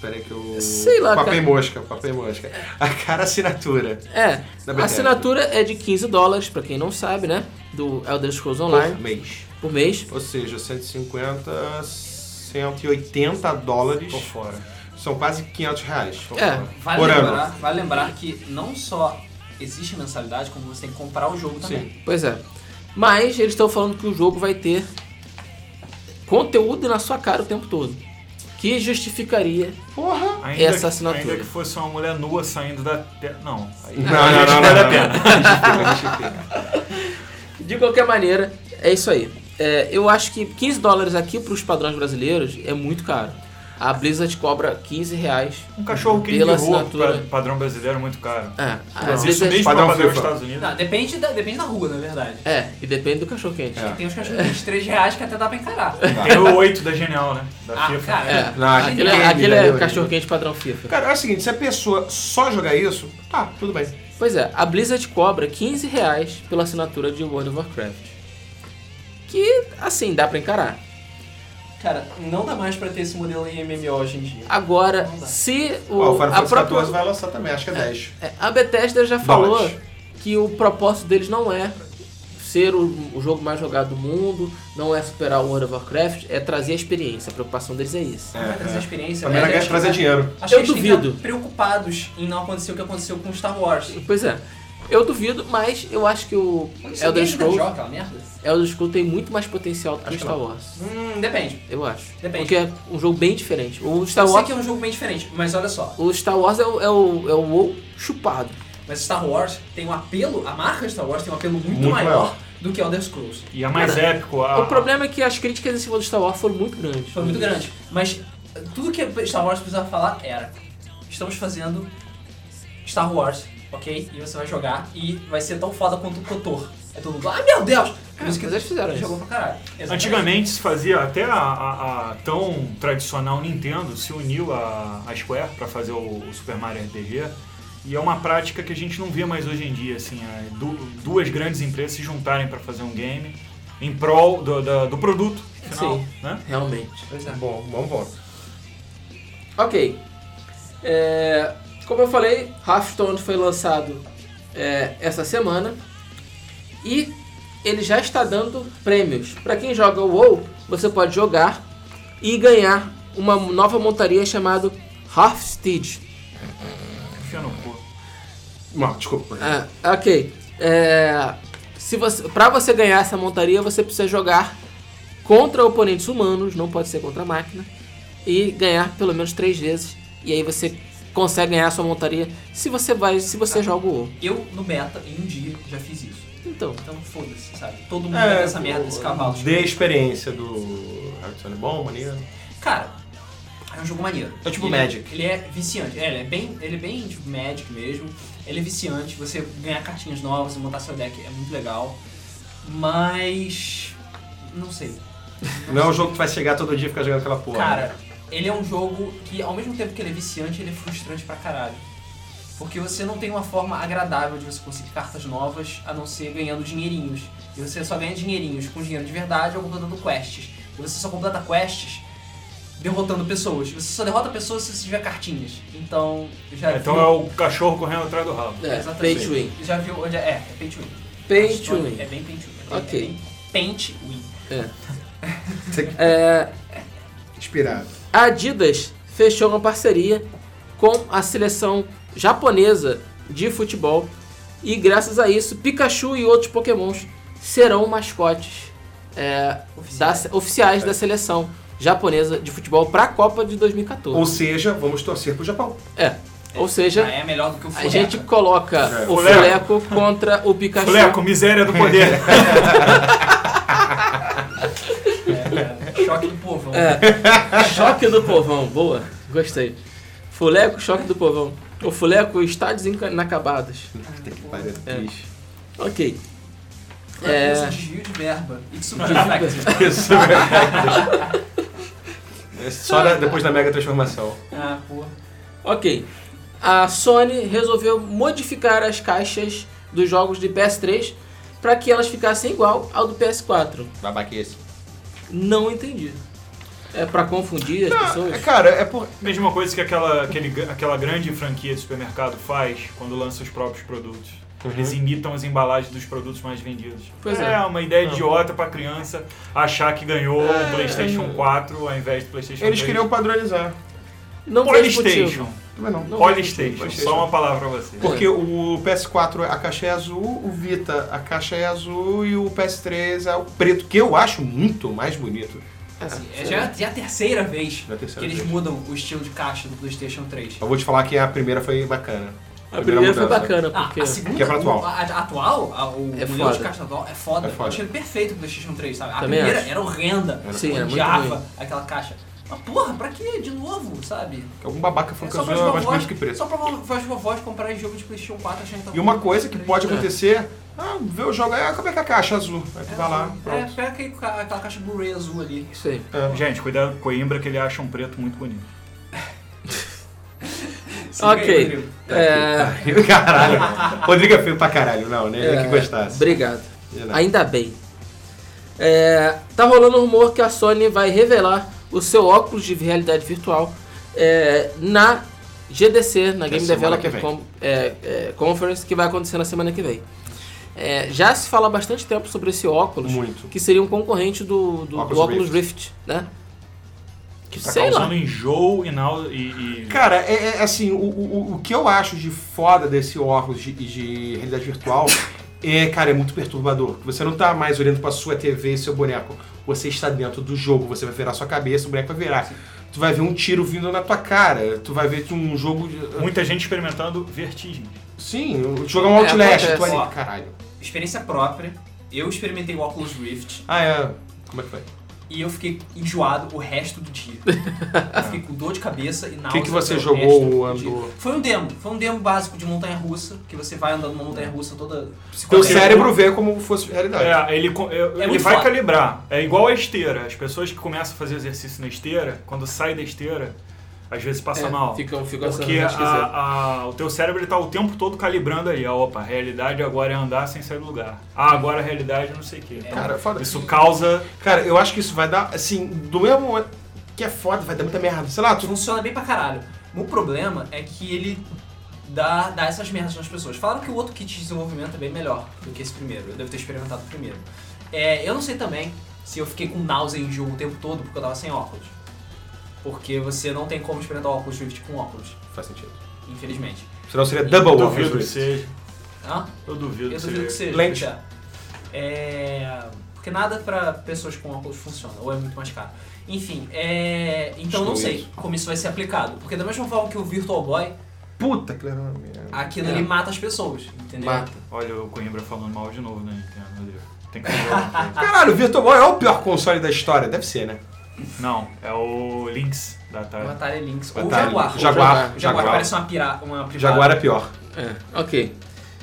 Speaker 4: Peraí que eu.
Speaker 1: Sei lá,
Speaker 4: Papei
Speaker 1: cara.
Speaker 4: mosca, papei mosca. A cara assinatura.
Speaker 1: É,
Speaker 4: Da
Speaker 1: a
Speaker 4: Bethesda.
Speaker 1: assinatura é de 15 dólares, para quem não sabe, né? Do Elder Scrolls
Speaker 4: Por
Speaker 1: Online
Speaker 4: mês.
Speaker 1: por mês.
Speaker 4: Ou seja, 150, 180 dólares.
Speaker 3: Tô fora.
Speaker 4: São quase 500 reais.
Speaker 1: É.
Speaker 2: Vale
Speaker 4: Por ano.
Speaker 2: lembrar, vale lembrar que não só existe mensalidade, como você tem que comprar o jogo também.
Speaker 1: Pois é. Mas eles estão falando que o jogo vai ter conteúdo na sua cara o tempo todo. Que justificaria.
Speaker 4: Porra!
Speaker 3: Ainda,
Speaker 1: Essa assinatura.
Speaker 3: Ainda que fosse uma mulher nua saindo da tela. Não. Aí,
Speaker 4: Não, não, não, não, não, não.
Speaker 1: De qualquer maneira, é isso aí. É, eu acho que 15 dólares aqui para os padrões brasileiros é muito caro. A Blizzard cobra 15 reais.
Speaker 3: Um cachorro que
Speaker 1: Pela
Speaker 3: empurrou
Speaker 1: assinatura.
Speaker 3: pra- padrão brasileiro é muito caro.
Speaker 1: É, a
Speaker 3: Mas isso
Speaker 1: Blizzard-
Speaker 3: mesmo padrão
Speaker 4: Padrão
Speaker 3: padrão dos
Speaker 4: FIFA.
Speaker 3: Estados Unidos.
Speaker 2: Não, Tá, depende, da, depende da rua, na verdade.
Speaker 1: É, e depende do cachorro quente.
Speaker 4: É.
Speaker 2: Tem uns cachorros de 23 reais que até dá pra encarar.
Speaker 3: Tem o 8 da Genial, né? Da
Speaker 2: Ah,
Speaker 3: FIFA.
Speaker 2: cara.
Speaker 1: É,
Speaker 4: Não,
Speaker 3: Ah,
Speaker 1: aquele,
Speaker 4: aquele
Speaker 1: aquele
Speaker 4: ali,
Speaker 1: é
Speaker 4: ali.
Speaker 1: cachorro quente padrão FIFA.
Speaker 4: Cara, é o seguinte, se a pessoa só jogar isso, tá, tudo bem.
Speaker 1: Pois é, a Blizzard cobra 15 reais pela assinatura de World of Warcraft. Que, assim, dá pra encarar. é-
Speaker 2: Cara, não dá mais pra ter esse modelo em MMO hoje em dia.
Speaker 1: Agora,
Speaker 2: Não dá.
Speaker 1: se o,
Speaker 4: Ó, o Final
Speaker 1: a
Speaker 4: Fantasy
Speaker 1: própria...
Speaker 4: XIV vai lançar também, acho que é 10.
Speaker 1: É, A Bethesda já falou
Speaker 4: Dólares.
Speaker 1: que o propósito deles não é ser o, o jogo mais jogado do mundo, não é superar o World of Warcraft, é trazer a experiência. A preocupação deles é isso.
Speaker 4: É,
Speaker 2: Não vai trazer
Speaker 4: é.
Speaker 2: experiência.
Speaker 4: Também não
Speaker 2: vai
Speaker 4: quer trazer dinheiro.
Speaker 2: Acho
Speaker 1: Eu
Speaker 2: que eles têm que ficar
Speaker 1: duvido.
Speaker 2: preocupados em não acontecer o que aconteceu com Star Wars.
Speaker 1: Pois é. Eu duvido, mas eu acho que o
Speaker 2: é
Speaker 1: Elder Scrolls,
Speaker 2: joga, aquela merda?
Speaker 1: Elder Scrolls tem muito mais potencial do que o
Speaker 4: Acho que
Speaker 1: Star Wars.
Speaker 2: Hum, depende.
Speaker 1: Eu acho.
Speaker 2: Depende.
Speaker 1: Porque é um jogo bem diferente. O Star
Speaker 2: Eu sei
Speaker 1: Wars,
Speaker 2: que é um jogo bem diferente, mas olha só.
Speaker 1: o Star Wars é o, é o, é o WoW chupado.
Speaker 2: Mas Star Wars tem um apelo, a marca Star Wars tem um apelo muito,
Speaker 4: Muito
Speaker 2: maior,
Speaker 4: maior.
Speaker 2: do que Elder Scrolls.
Speaker 3: E é mais épico. A...
Speaker 1: O problema é que as críticas em cima do Star Wars foram muito grandes.
Speaker 2: Foi muito grande. Mas tudo que Star Wars precisava falar era: estamos fazendo Star Wars, ok? E você vai jogar e vai ser tão foda quanto o Kotor. É todo mundo, ai meu Deus! Por
Speaker 1: É,
Speaker 2: isso que
Speaker 1: mas eles fizeram isso.
Speaker 2: Jogou pra caralho. Exatamente.
Speaker 3: Antigamente se fazia, até a, a- a tão tradicional Nintendo se uniu à, à Square para fazer o, o Super Mario RPG. E é uma prática que a gente não vê mais hoje em dia, assim, é, du- duas grandes empresas se juntarem para fazer um game em prol do, da- do produto final,
Speaker 1: Sim.
Speaker 3: né?
Speaker 1: Realmente.
Speaker 2: Pois é.
Speaker 4: Bom, bom, bom.
Speaker 1: Ok. É, como eu falei, Hearthstone foi lançado é, essa semana e ele já está dando prêmios. Para quem joga o WoW, você pode jogar e ganhar uma nova montaria chamada Hearthsteed.
Speaker 3: Enfia no cu.
Speaker 4: Não, desculpa.
Speaker 1: Ah, ok. É, se você, pra você ganhar essa montaria, você precisa jogar contra oponentes humanos, não pode ser contra a máquina, e ganhar pelo menos três vezes. E aí você consegue ganhar a sua montaria se você vai, se
Speaker 2: Tá.
Speaker 1: você joga o WoW.
Speaker 2: Eu, no beta, em um dia, já fiz isso.
Speaker 1: Então,
Speaker 2: Então foda-se, sabe? Todo mundo vai
Speaker 4: É,
Speaker 2: nessa merda, desse cavalo.
Speaker 4: Dê a experiência do Harrison é bom, maneiro.
Speaker 2: Cara, é um jogo maneiro.
Speaker 4: É tipo
Speaker 2: ele,
Speaker 4: Magic.
Speaker 2: Ele é viciante. É, ele é bem, ele é bem tipo Magic mesmo. Ele é viciante, você ganhar cartinhas novas, montar seu deck é muito legal. Mas. Não sei.
Speaker 4: Não é um jogo que vai chegar todo dia e ficar jogando aquela porra. né?
Speaker 2: Cara, ele é um jogo que, ao mesmo tempo que ele é viciante, ele é frustrante pra caralho. Porque você não tem uma forma agradável de você conseguir cartas novas, a não ser ganhando dinheirinhos. E você só ganha dinheirinhos com dinheiro de verdade ou completando quests. E você só completa quests derrotando pessoas. E você só derrota pessoas se você tiver cartinhas. Então, eu já
Speaker 3: Então
Speaker 2: vi...
Speaker 3: é o cachorro correndo atrás do rabo.
Speaker 1: é, pay
Speaker 2: Exatamente.
Speaker 1: to win.
Speaker 2: Já viu onde é? É, é pay to win.
Speaker 1: Pay to
Speaker 2: É
Speaker 1: win.
Speaker 2: bem pay to win. É bem-
Speaker 1: Ok.
Speaker 2: É bem paint win.
Speaker 1: É.
Speaker 4: Tem que-
Speaker 1: É,
Speaker 4: Inspirado.
Speaker 1: a Adidas fechou uma parceria com a seleção japonesa de futebol e graças a isso Pikachu e outros Pokémons serão mascotes é, da-
Speaker 2: Oficiais.
Speaker 1: oficiais, da seleção japonesa de futebol para a Copa de 2014.
Speaker 4: Ou seja, vamos torcer pro Japão.
Speaker 1: é, ou seja,
Speaker 2: Ah, é melhor do que o
Speaker 1: a
Speaker 2: Fuleca.
Speaker 1: gente coloca
Speaker 4: É.
Speaker 1: o
Speaker 3: Fuleco.
Speaker 1: Fuleco contra o Pikachu.
Speaker 3: Fleco, miséria do poder.
Speaker 2: É, é, choque do povão.
Speaker 1: É, choque do povão, boa, gostei. Fuleco, choque do povão. O Fuleco está desenacabados.
Speaker 4: Tem que parar
Speaker 1: É.
Speaker 4: triste.
Speaker 1: Ok. É.
Speaker 2: É. Isso, desvio de verba. Isso reflexo.
Speaker 4: Isso, é verdade. É Só na- depois da mega transformação.
Speaker 2: ah, porra.
Speaker 1: Ok. A Sony resolveu modificar as caixas dos jogos de PS3 para que elas ficassem igual ao do PS4.
Speaker 4: Babaquice.
Speaker 1: Não entendi. É para confundir as pessoas?
Speaker 4: Cara, é por.
Speaker 3: Mesma coisa que aquela, aquele, aquela grande franquia de supermercado faz quando lança os próprios produtos. Eles imitam as embalagens dos produtos mais vendidos.
Speaker 1: Uhum. Pois é.
Speaker 3: é, uma ideia idiota pra criança achar que ganhou o PlayStation 4 ao invés do PlayStation
Speaker 4: É. Eles
Speaker 3: 3.
Speaker 4: queriam padronizar.
Speaker 1: Não vejo motivo.
Speaker 3: Polystation.
Speaker 4: Também não.
Speaker 1: Não.
Speaker 3: Polystation.
Speaker 4: Polystation.
Speaker 3: Só uma palavra pra você.
Speaker 4: Porque o PS4 a caixa é azul, o Vita a caixa é azul e o PS3 é o preto, que eu acho muito mais bonito.
Speaker 1: Assim,
Speaker 2: É, já, já é a terceira vez
Speaker 4: Ah, Já é a terceira
Speaker 2: que eles
Speaker 4: vez. É
Speaker 2: mudam o estilo de caixa do PlayStation 3.
Speaker 4: Eu vou te falar que a primeira foi bacana.
Speaker 1: A primeira foi
Speaker 4: mudança.
Speaker 1: bacana,
Speaker 2: Ah,
Speaker 1: porque.
Speaker 2: a segunda,
Speaker 4: Que é pra atual.
Speaker 2: A, a atual, a- o
Speaker 1: É
Speaker 2: modelo
Speaker 1: foda.
Speaker 2: de caixa atual é foda.
Speaker 4: É foda.
Speaker 2: Eu achei ele perfeito pro PlayStation 3, sabe? A
Speaker 1: Também
Speaker 2: primeira
Speaker 1: acho.
Speaker 2: era horrenda.
Speaker 1: Sim,
Speaker 2: eu
Speaker 1: era muito
Speaker 2: odiava
Speaker 1: ruim.
Speaker 2: aquela caixa. Mas porra, pra que de novo, sabe?
Speaker 4: Que Algum babaca falou
Speaker 2: É
Speaker 4: que
Speaker 2: só
Speaker 4: azul
Speaker 2: pra
Speaker 4: é mais
Speaker 2: vovós,
Speaker 4: bonito que preto.
Speaker 2: só pra vovós, vovós comprarem jogo de PlayStation 4 achando que tá
Speaker 4: E uma
Speaker 2: bom.
Speaker 4: coisa que pode acontecer, ah, vê o jogo, é, como é que é a caixa azul? Aí tu
Speaker 2: É,
Speaker 4: vai lá,
Speaker 2: É,
Speaker 4: pronto.
Speaker 2: pega aquele ca- aquela caixa Blu-ray azul ali.
Speaker 1: Isso aí.
Speaker 4: É.
Speaker 3: Gente, cuidado com Coimbra que ele acha um preto muito bonito.
Speaker 2: Siga aí,
Speaker 1: Ok.
Speaker 2: Rodrigo.
Speaker 1: É,
Speaker 4: Caralho. Rodrigo é feio pra caralho, não, né? Ele
Speaker 1: é,
Speaker 4: Tá que gostasse.
Speaker 1: Obrigado.
Speaker 4: Ele não.
Speaker 1: Ainda bem. É, tá rolando um rumor que a Sony vai revelar o seu óculos de realidade virtual é, na GDC, na
Speaker 4: Que é
Speaker 1: Game
Speaker 4: semana
Speaker 1: Developer
Speaker 4: que vem.
Speaker 1: Com- é, é, Conference, que vai acontecer na semana que vem. É, já se fala há bastante tempo sobre esse óculos,
Speaker 4: Muito.
Speaker 1: que seria um concorrente do, do- do
Speaker 4: Óculos
Speaker 1: óculos, Rift. né? Que
Speaker 3: Tá
Speaker 1: sei lá.
Speaker 3: causando enjoo e nau- e- e-
Speaker 4: Cara, é, é assim, o, o, o que eu acho de foda desse óculos de, de realidade virtual é, cara, é muito perturbador. Você não tá mais olhando pra sua TV e seu boneco. Você está dentro do jogo, você vai virar sua cabeça, o boneco vai virar. Tu vai ver um tiro vindo na tua cara, tu vai ver um jogo. de-
Speaker 3: muita gente experimentando vertigem.
Speaker 4: Sim, o jogo é um Outlast.
Speaker 1: acontece.
Speaker 4: tu ali,
Speaker 2: Ó.
Speaker 4: caralho.
Speaker 2: Experiência própria. Eu experimentei o Oculus Rift
Speaker 4: Ah, é. Como é que foi?
Speaker 2: e eu fiquei enjoado o resto do dia. eu fiquei com dor de cabeça e
Speaker 4: O
Speaker 2: náusea.
Speaker 4: que, que você
Speaker 2: pelo
Speaker 4: jogou,
Speaker 2: resto do dia.
Speaker 4: Andor?
Speaker 2: Foi um demo, foi um demo básico de montanha russa, que você vai andando numa montanha russa toda
Speaker 4: Teu
Speaker 2: psicodélica.
Speaker 4: cérebro vê como fosse realidade.
Speaker 3: É, ele, co- é, ele
Speaker 2: muito
Speaker 3: vai
Speaker 2: foda.
Speaker 3: calibrar. É igual a esteira. As pessoas que começam a fazer exercício na esteira, quando sai da esteira, às vezes passa
Speaker 1: É,
Speaker 3: mal.
Speaker 1: Fica, fica
Speaker 3: Porque
Speaker 1: achando esquisito.
Speaker 3: a- a- o teu cérebro está o tempo todo calibrando aí. Ah, Opa, a realidade agora é andar sem sair do lugar. Ah, agora a realidade é não sei o quê. Então,
Speaker 4: Cara, foda.
Speaker 3: isso causa...
Speaker 4: Cara, eu acho que isso vai dar, assim, do mesmo momento que é foda, vai dar muita merda. Sei lá, tu
Speaker 2: Funciona bem pra caralho. O problema é que ele dá, dá essas merdas nas pessoas. Falaram que o outro kit de desenvolvimento é bem melhor do que esse primeiro. Eu devo ter experimentado o primeiro. É, eu não sei também se eu fiquei com náusea em jogo o tempo todo porque eu tava sem óculos. Porque você não tem como experimentar o óculos Rift com óculos,
Speaker 4: Faz sentido.
Speaker 2: infelizmente.
Speaker 4: Senão seria double
Speaker 3: É Eu
Speaker 4: Office
Speaker 3: duvido que
Speaker 4: Rift.
Speaker 3: seja.
Speaker 2: Hã?
Speaker 3: Eu duvido
Speaker 2: Eu
Speaker 3: que
Speaker 2: duvido que
Speaker 3: seja.
Speaker 2: seja.
Speaker 4: Lente.
Speaker 2: pois é. É, Porque nada pra pessoas com óculos funciona, ou é muito mais caro. Enfim, é... então não
Speaker 4: Estou
Speaker 2: sei
Speaker 4: indo.
Speaker 2: como isso vai ser aplicado. Porque da mesma forma que o Virtual Boy,
Speaker 4: Puta que era uma merda.
Speaker 2: aquilo
Speaker 1: É.
Speaker 2: ali mata as pessoas, entendeu?
Speaker 1: Mata.
Speaker 3: Olha o Coimbra falando mal de novo, né? Nintendo, meu Deus. Tem que fazer alguma coisa.
Speaker 4: Caralho, o Virtual Boy é o pior console da história. Deve ser, né?
Speaker 3: Não, é o Lynx da
Speaker 2: O
Speaker 3: Atari.
Speaker 2: Atari Lynx.
Speaker 4: O
Speaker 2: Ou
Speaker 4: Atari
Speaker 2: Jaguar.
Speaker 4: Lynx.
Speaker 2: O
Speaker 4: Jaguar.
Speaker 2: Jaguar,
Speaker 4: Jaguar.
Speaker 2: parece uma, pira... uma privada.
Speaker 4: Jaguar é pior.
Speaker 1: É, ok.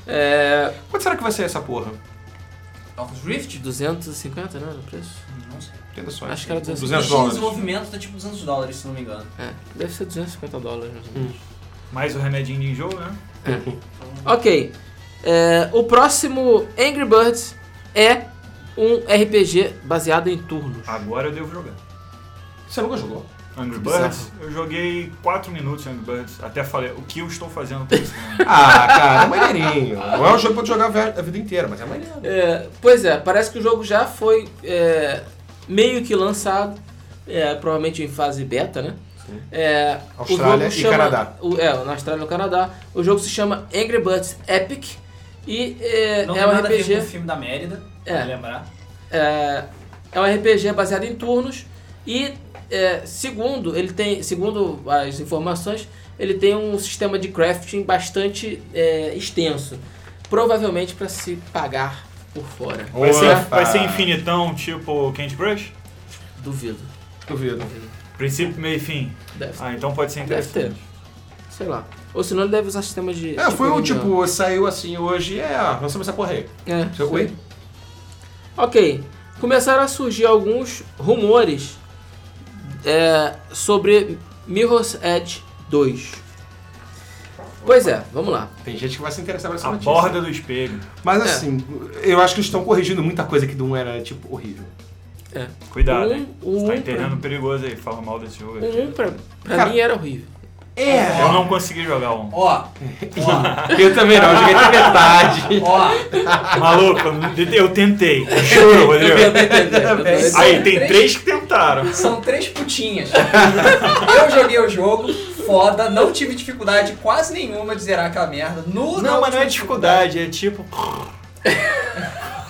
Speaker 1: É,
Speaker 4: Quanto será que vai ser essa porra?
Speaker 2: Oculus Rift?
Speaker 1: 250, né? No preço?
Speaker 2: Não sei.
Speaker 4: Tendo só.
Speaker 1: Acho que era 200.
Speaker 4: 200
Speaker 2: O
Speaker 4: dólares.
Speaker 2: desenvolvimento tá tipo 200 dólares, se não me engano.
Speaker 1: É, deve ser 250 dólares. mais ou
Speaker 2: Hum.
Speaker 1: menos.
Speaker 3: Mais o remedinho de enjoo, né?
Speaker 1: Ok. É, o próximo Angry Birds é um RPG baseado em turnos.
Speaker 3: Agora eu devo jogar.
Speaker 4: Você nunca jogou?
Speaker 3: Angry
Speaker 1: Bizarro.
Speaker 3: Birds, eu joguei 4 minutos Angry Birds, até falei, o que eu estou fazendo com isso? né?
Speaker 4: Ah, cara, é maneirinho. Não é um jogo pra tu jogar a vida inteira, mas é maneiro.
Speaker 1: É, pois é, parece que o jogo já foi é, meio que lançado, é, provavelmente em fase beta, né?
Speaker 4: Sim.
Speaker 1: É, o
Speaker 4: Austrália
Speaker 1: jogo
Speaker 4: e Canadá.
Speaker 1: o- é, na Austrália e no Canadá. O jogo se chama Angry Birds Epic e é,
Speaker 2: Não
Speaker 1: é
Speaker 2: tem
Speaker 1: um
Speaker 2: nada a ver com o
Speaker 1: RPG.
Speaker 2: filme da Mérida,
Speaker 1: É.
Speaker 2: pra lembrar.
Speaker 1: É, é um RPG baseado em turnos e é, segundo ele tem, segundo as informações, ele tem um sistema de crafting bastante é, extenso, provavelmente para se pagar por fora.
Speaker 3: Vai ser,
Speaker 4: Opa.
Speaker 3: vai ser infinitão, tipo Candy Crush?
Speaker 1: Duvido.
Speaker 4: Duvido.
Speaker 3: Princípio, meio e fim.
Speaker 1: Deve,
Speaker 3: Ah, então pode ser
Speaker 1: deve ter.
Speaker 3: interessante.
Speaker 1: Sei lá. Ou senão ele deve usar sistema de.
Speaker 4: É, foi um
Speaker 1: de-
Speaker 4: tipo, saiu assim hoje, é, ó, lançamos essa porra aí.
Speaker 1: É,
Speaker 4: Você- Oi?
Speaker 1: Ok, começaram a surgir alguns rumores é, sobre Mirror's Edge 2. Pois é, vamos lá.
Speaker 4: Tem gente que vai se interessar por essa é
Speaker 3: A
Speaker 4: notícia.
Speaker 3: borda do espelho.
Speaker 4: Mas
Speaker 1: É.
Speaker 4: assim, eu acho que eles estão corrigindo muita coisa que não era, tipo, horrível.
Speaker 3: Cuidado,
Speaker 1: Um-
Speaker 3: hein?
Speaker 1: um
Speaker 3: Você tá
Speaker 1: pra-
Speaker 3: em terreno perigoso aí, fala mal desse jogo.
Speaker 1: O 1
Speaker 3: aqui.
Speaker 1: pra, pra
Speaker 4: Cara-
Speaker 1: mim era horrível.
Speaker 4: É!
Speaker 3: Eu não consegui jogar um.
Speaker 2: Ó,
Speaker 4: Eu também não, eu joguei até metade.
Speaker 2: ó,
Speaker 3: Maluco, eu tentei. Juro, Rodrigo.
Speaker 1: Aí,
Speaker 3: Aí, tem três que tentaram.
Speaker 2: são três putinhas. Eu joguei o jogo, foda, não tive dificuldade quase nenhuma de zerar aquela merda. No, na
Speaker 3: Não, mas não é
Speaker 2: última
Speaker 3: dificuldade, é tipo.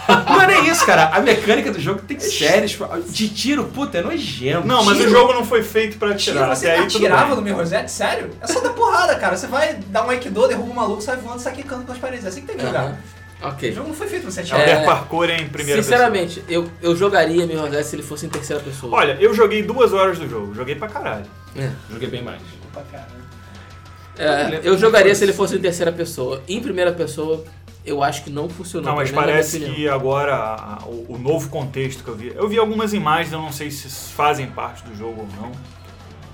Speaker 4: Mano, é isso, cara. A mecânica do jogo tem séries. De tiro, puta, é nojento.
Speaker 3: Não, mas
Speaker 4: Tiro.
Speaker 3: o jogo não foi feito pra
Speaker 2: Tira,
Speaker 3: atirar.
Speaker 2: você tá
Speaker 3: Até aí tudo
Speaker 2: atirava
Speaker 3: bem.
Speaker 2: no meu Rosette? Sério? É só dar porrada, cara. Você vai dar um Aikido, derruba um maluco, sai voando, sai quicando pelas paredes. É assim que tem que jogar.
Speaker 1: Aham.
Speaker 2: O
Speaker 1: Ok.
Speaker 2: jogo não foi feito pra
Speaker 1: É.
Speaker 2: você atirar.
Speaker 3: Albert Parkour em primeira pessoa.
Speaker 1: Sinceramente, eu, eu jogaria Mirror's Edge se ele fosse em terceira pessoa.
Speaker 3: Olha, eu joguei duas horas do jogo, joguei pra caralho.
Speaker 1: É.
Speaker 4: Joguei bem mais.
Speaker 2: Opa, cara.
Speaker 1: É, eu jogaria se ele fosse em terceira pessoa. Em primeira pessoa, eu acho que não funcionou.
Speaker 3: Não, mas
Speaker 1: pelo menos na
Speaker 3: parece
Speaker 1: minha opinião.
Speaker 3: que agora a- a- o, o novo contexto que eu vi. Eu vi algumas imagens, eu não sei se fazem parte do jogo ou não.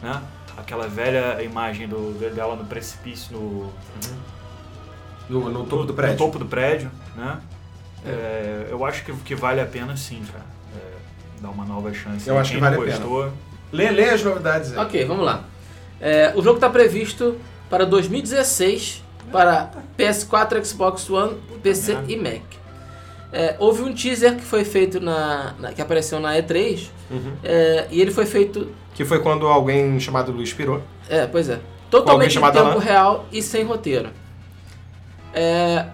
Speaker 3: Né? Aquela velha imagem do, dela no precipício, no,
Speaker 4: No, no Uhum. topo do
Speaker 3: no
Speaker 4: prédio.
Speaker 3: topo do prédio, né? É, eu acho que, que vale a pena sim, cara. É, dar uma nova chance.
Speaker 4: Eu acho
Speaker 3: Quem
Speaker 4: que vale
Speaker 3: não
Speaker 4: a pena.
Speaker 3: gostou,
Speaker 4: Lê, lê as novidades aí.
Speaker 1: Ok, vamos lá. É, o jogo está previsto para 2016 para PS4, Xbox One, PC
Speaker 3: merda.
Speaker 1: e Mac. É, houve um teaser que foi feito na, na- que apareceu na E3
Speaker 3: Uhum.
Speaker 1: é, e ele foi feito,
Speaker 4: Que foi quando alguém chamado Luiz pirou.
Speaker 1: é, pois é, totalmente em
Speaker 4: chamado
Speaker 1: tempo
Speaker 4: Alan?
Speaker 1: real e sem roteiro. É,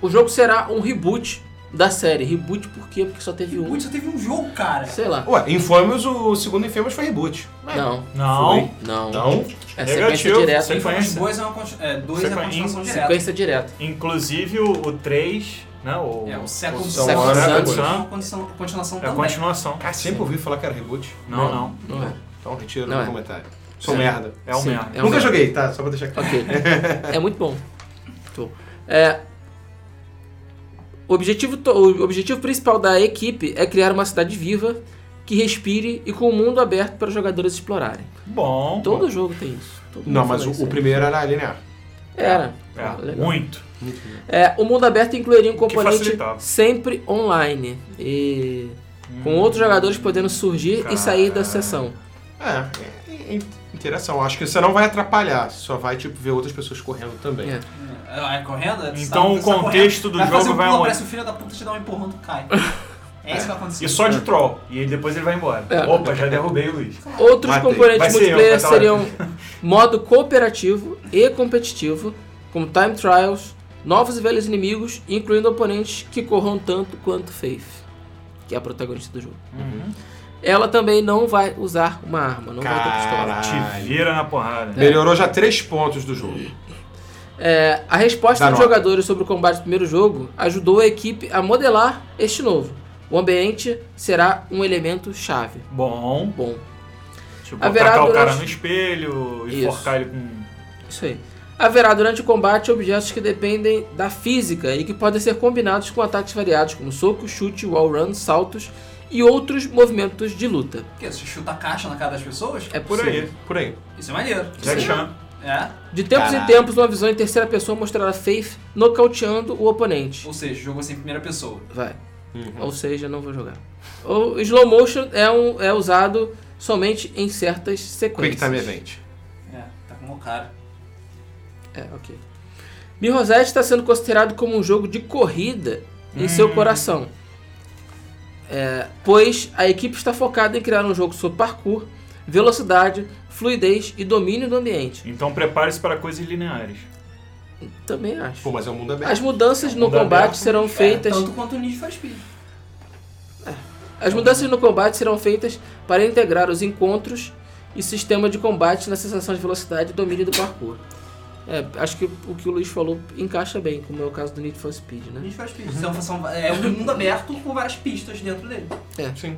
Speaker 1: o jogo será um reboot da série. Reboot por quê? Porque só teve um.
Speaker 2: Putz, só teve um jogo, cara.
Speaker 1: Sei lá.
Speaker 4: Ué, Infamous, o segundo Infamous foi reboot.
Speaker 1: Não,
Speaker 3: Não.
Speaker 1: não.
Speaker 4: Então,
Speaker 1: É sequência
Speaker 3: Negativo,
Speaker 1: direta.
Speaker 3: sequência.
Speaker 2: Os dois é uma const... é, dois é
Speaker 3: Sequência.
Speaker 2: uma continuação direta.
Speaker 1: Sequência direta.
Speaker 3: Inclusive o, o 3, né? O,
Speaker 2: É, o Second
Speaker 4: O
Speaker 2: Son
Speaker 1: Second
Speaker 2: é
Speaker 1: Son.
Speaker 2: uma continuação- uma continuação
Speaker 3: é a
Speaker 2: também.
Speaker 3: continuação.
Speaker 4: cara, Ah, sempre ouvi falar que era reboot.
Speaker 3: Não, não.
Speaker 1: Não é.
Speaker 4: Então retiro
Speaker 1: Não
Speaker 4: no
Speaker 1: é.
Speaker 4: comentário. Sou
Speaker 1: Sim.
Speaker 4: merda.
Speaker 3: É o
Speaker 1: Sim,
Speaker 3: merda.
Speaker 1: é um
Speaker 4: Nunca
Speaker 1: merda.
Speaker 4: joguei, tá? Só pra deixar claro.
Speaker 1: Ok. é muito bom. Tô. É, o, objetivo to- o objetivo principal da equipe é criar uma cidade viva que respire e com o mundo aberto para os jogadores explorarem.
Speaker 3: Bom.
Speaker 1: Todo jogo tem isso. Todo
Speaker 4: Não,
Speaker 1: mundo
Speaker 4: mas
Speaker 1: fala
Speaker 4: o,
Speaker 1: isso
Speaker 4: o
Speaker 1: aí.
Speaker 4: primeiro era linear.
Speaker 1: Era.
Speaker 3: É,
Speaker 1: Ah, Legal.
Speaker 3: muito.
Speaker 1: É, o mundo aberto incluiria um componente
Speaker 3: facilitava.
Speaker 1: sempre online. E com outros jogadores podendo surgir e sair da
Speaker 3: Caralho.
Speaker 1: sessão.
Speaker 4: É, é, é interação. Acho que você não vai atrapalhar, só vai, tipo, ver outras pessoas correndo também.
Speaker 1: É.
Speaker 2: É, é correndo? é,
Speaker 3: Então
Speaker 2: tá-
Speaker 3: o
Speaker 2: tá
Speaker 3: contexto
Speaker 2: correndo.
Speaker 3: do
Speaker 2: vai
Speaker 3: jogo
Speaker 2: fazer um
Speaker 3: vai
Speaker 2: pulo,
Speaker 3: aonde?
Speaker 2: Parece o filho da puta te dá um empurrão, tu cai. É isso que vai acontecer.
Speaker 3: E só de troll. E ele, depois ele vai embora.
Speaker 1: É.
Speaker 3: Opa, já derrubei o Luiz.
Speaker 1: Outros
Speaker 4: Matei.
Speaker 1: componentes
Speaker 3: Vai ser eu,
Speaker 1: multiplayer
Speaker 3: vai tá lá.
Speaker 1: seriam modo cooperativo e competitivo, como time trials, novos e velhos inimigos, incluindo oponentes que corram tanto quanto Faith, que é a protagonista do jogo. Ela também não vai usar uma arma, não vai ter pistola.
Speaker 3: Te
Speaker 4: Caralho.
Speaker 3: vira na porrada.
Speaker 4: Melhorou já três pontos do jogo.
Speaker 1: É, a resposta
Speaker 4: Dá
Speaker 1: dos
Speaker 4: nota.
Speaker 1: jogadores sobre o combate do primeiro jogo ajudou a equipe a modelar este novo. O ambiente será um elemento chave.
Speaker 3: Bom.
Speaker 1: Bom,
Speaker 3: Tipo,
Speaker 1: Haverá
Speaker 3: atacar o cara
Speaker 1: durante-
Speaker 3: no espelho,
Speaker 1: Isso.
Speaker 3: enforcar ele com.
Speaker 1: Isso aí. Haverá durante o combate objetos que dependem da física e que podem ser combinados com ataques variados, como soco, chute, wall run, saltos e outros movimentos de luta.
Speaker 2: O quê? Você chuta a caixa na cara das pessoas?
Speaker 1: É
Speaker 3: Por
Speaker 1: possível.
Speaker 3: aí.
Speaker 4: Por aí.
Speaker 2: Isso é maneiro.
Speaker 3: Jack
Speaker 1: Sim.
Speaker 3: Chan.
Speaker 2: É.
Speaker 1: De tempos em
Speaker 4: Caralho.
Speaker 1: tempos, uma visão em terceira pessoa mostrará Faith nocauteando o oponente.
Speaker 2: Ou seja, jogo assim em primeira pessoa.
Speaker 1: Vai.
Speaker 4: Uhum.
Speaker 1: Ou seja, não vou jogar. O slow motion é, um, é usado somente em certas
Speaker 4: Quick
Speaker 1: sequências.
Speaker 4: Time Event.
Speaker 2: É, tá com o cara.
Speaker 1: É, ok. Mirror's Edge está sendo considerado como um jogo de corrida em
Speaker 4: Hum.
Speaker 1: seu coração. É, pois a equipe está focada em criar um jogo sobre parkour, velocidade, fluidez e domínio do ambiente.
Speaker 3: Então prepare-se para coisas lineares.
Speaker 1: Também acho.
Speaker 4: Pô, mas é um mundo aberto.
Speaker 1: As mudanças no
Speaker 3: Mundo aberto,
Speaker 1: combate serão feitas.
Speaker 2: É, tanto quanto o Need for Speed.
Speaker 1: As mudanças no combate serão feitas para integrar os encontros e sistema de combate na sensação de velocidade e domínio do parkour. É, acho que o que o Luiz falou encaixa bem, como é o caso do Need for Speed, né?
Speaker 2: Need for Speed. São, são, é um mundo aberto com várias pistas dentro dele.
Speaker 4: Sim.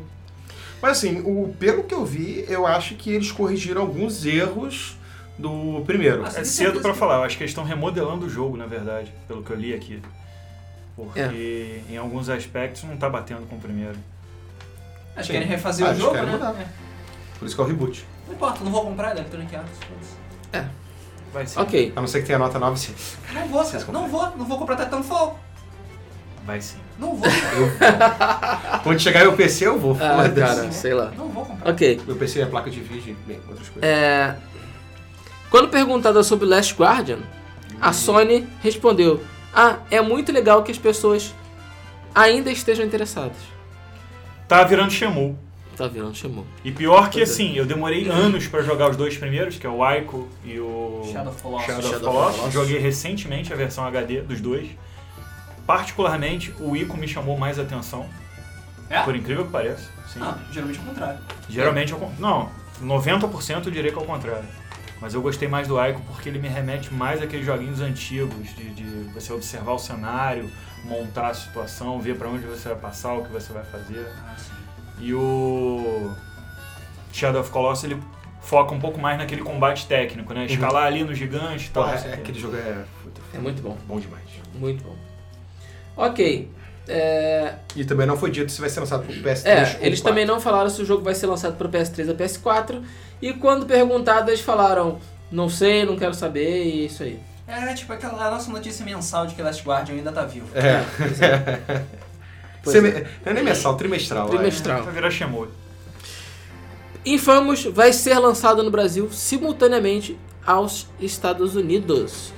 Speaker 4: Mas assim, o, pelo que eu vi, eu acho que eles corrigiram alguns erros do primeiro.
Speaker 2: Ah,
Speaker 3: É
Speaker 2: Tem
Speaker 3: cedo
Speaker 2: certeza
Speaker 3: pra
Speaker 2: que-
Speaker 3: falar, eu acho que eles estão remodelando o jogo, na verdade, pelo que eu li aqui. Porque
Speaker 1: É.
Speaker 3: em alguns aspectos não tá batendo com o primeiro.
Speaker 2: Acho
Speaker 4: Sim.
Speaker 2: que querem refazer
Speaker 4: Ah,
Speaker 2: o
Speaker 4: eles
Speaker 2: jogo,
Speaker 4: querem
Speaker 2: né?
Speaker 4: mudar.
Speaker 2: É.
Speaker 4: Por isso que é o reboot.
Speaker 2: Não importa, não vou comprar Electronic Arts. foda-se.
Speaker 3: Vai ser.
Speaker 1: Ok.
Speaker 4: A não ser que tenha nota nova, sim.
Speaker 2: Não vou, cara. Não vou, não vou comprar Titanfall.
Speaker 3: Vai sim.
Speaker 2: Não vou,
Speaker 4: Quando chegar meu PC, eu vou.
Speaker 1: Ah,
Speaker 4: Foda-se.
Speaker 1: cara, sei lá.
Speaker 2: não vou comprar.
Speaker 1: Ok.
Speaker 4: Meu PC é placa de vídeo e, bem, outras coisas.
Speaker 1: É... Quando perguntada sobre Last Guardian, a Sony respondeu: Ah, é muito legal que as pessoas ainda estejam interessadas.
Speaker 3: Tá virando Shemu.
Speaker 1: Otaviano chamou.
Speaker 3: E pior que
Speaker 1: é.
Speaker 3: assim, eu demorei anos pra jogar os dois primeiros, que é o Ico e o
Speaker 2: Shadow of Colossus.
Speaker 3: Shadow,
Speaker 1: Shadow
Speaker 3: of
Speaker 1: of
Speaker 3: Colossus.
Speaker 1: Colossus.
Speaker 3: Joguei recentemente a versão HD dos dois. Particularmente, o Ico me chamou mais atenção,
Speaker 2: É?
Speaker 3: por incrível que pareça. Sim.
Speaker 2: Não, geralmente é o contrário.
Speaker 3: Geralmente, eu, con- não, 90% eu diria que é o contrário. Mas eu gostei mais do Ico porque ele me remete mais àqueles joguinhos antigos, de, de você observar o cenário, montar a situação, ver pra onde você vai passar, o que você vai fazer.
Speaker 2: Ah, sim.
Speaker 3: E o Shadow of Colossus, ele foca um pouco mais naquele combate técnico, né? Escalar ali no gigante e tal.
Speaker 4: Porra,
Speaker 3: não sei
Speaker 4: é-
Speaker 3: o quê.
Speaker 4: aquele jogo é puta,
Speaker 1: É muito bom,
Speaker 4: bom demais.
Speaker 1: muito bom. Ok. É,
Speaker 4: E também não foi dito se vai ser lançado pro PS3
Speaker 1: É,
Speaker 4: ou
Speaker 1: eles
Speaker 4: 4.
Speaker 1: também não falaram se o jogo vai ser lançado para PS3 ou PS4. E quando perguntado, eles falaram: não sei, não quero saber, e é isso aí.
Speaker 2: É, tipo aquela a nossa notícia mensal de que Last Guardian ainda tá vivo.
Speaker 4: É.
Speaker 1: Pois é. Pois
Speaker 4: Semi-
Speaker 1: é.
Speaker 4: Não é nem mensal, trimestral. vai.
Speaker 1: Trimestral.
Speaker 3: Vai virar Shemui.
Speaker 1: Infamous vai ser lançado no Brasil simultaneamente aos Estados Unidos.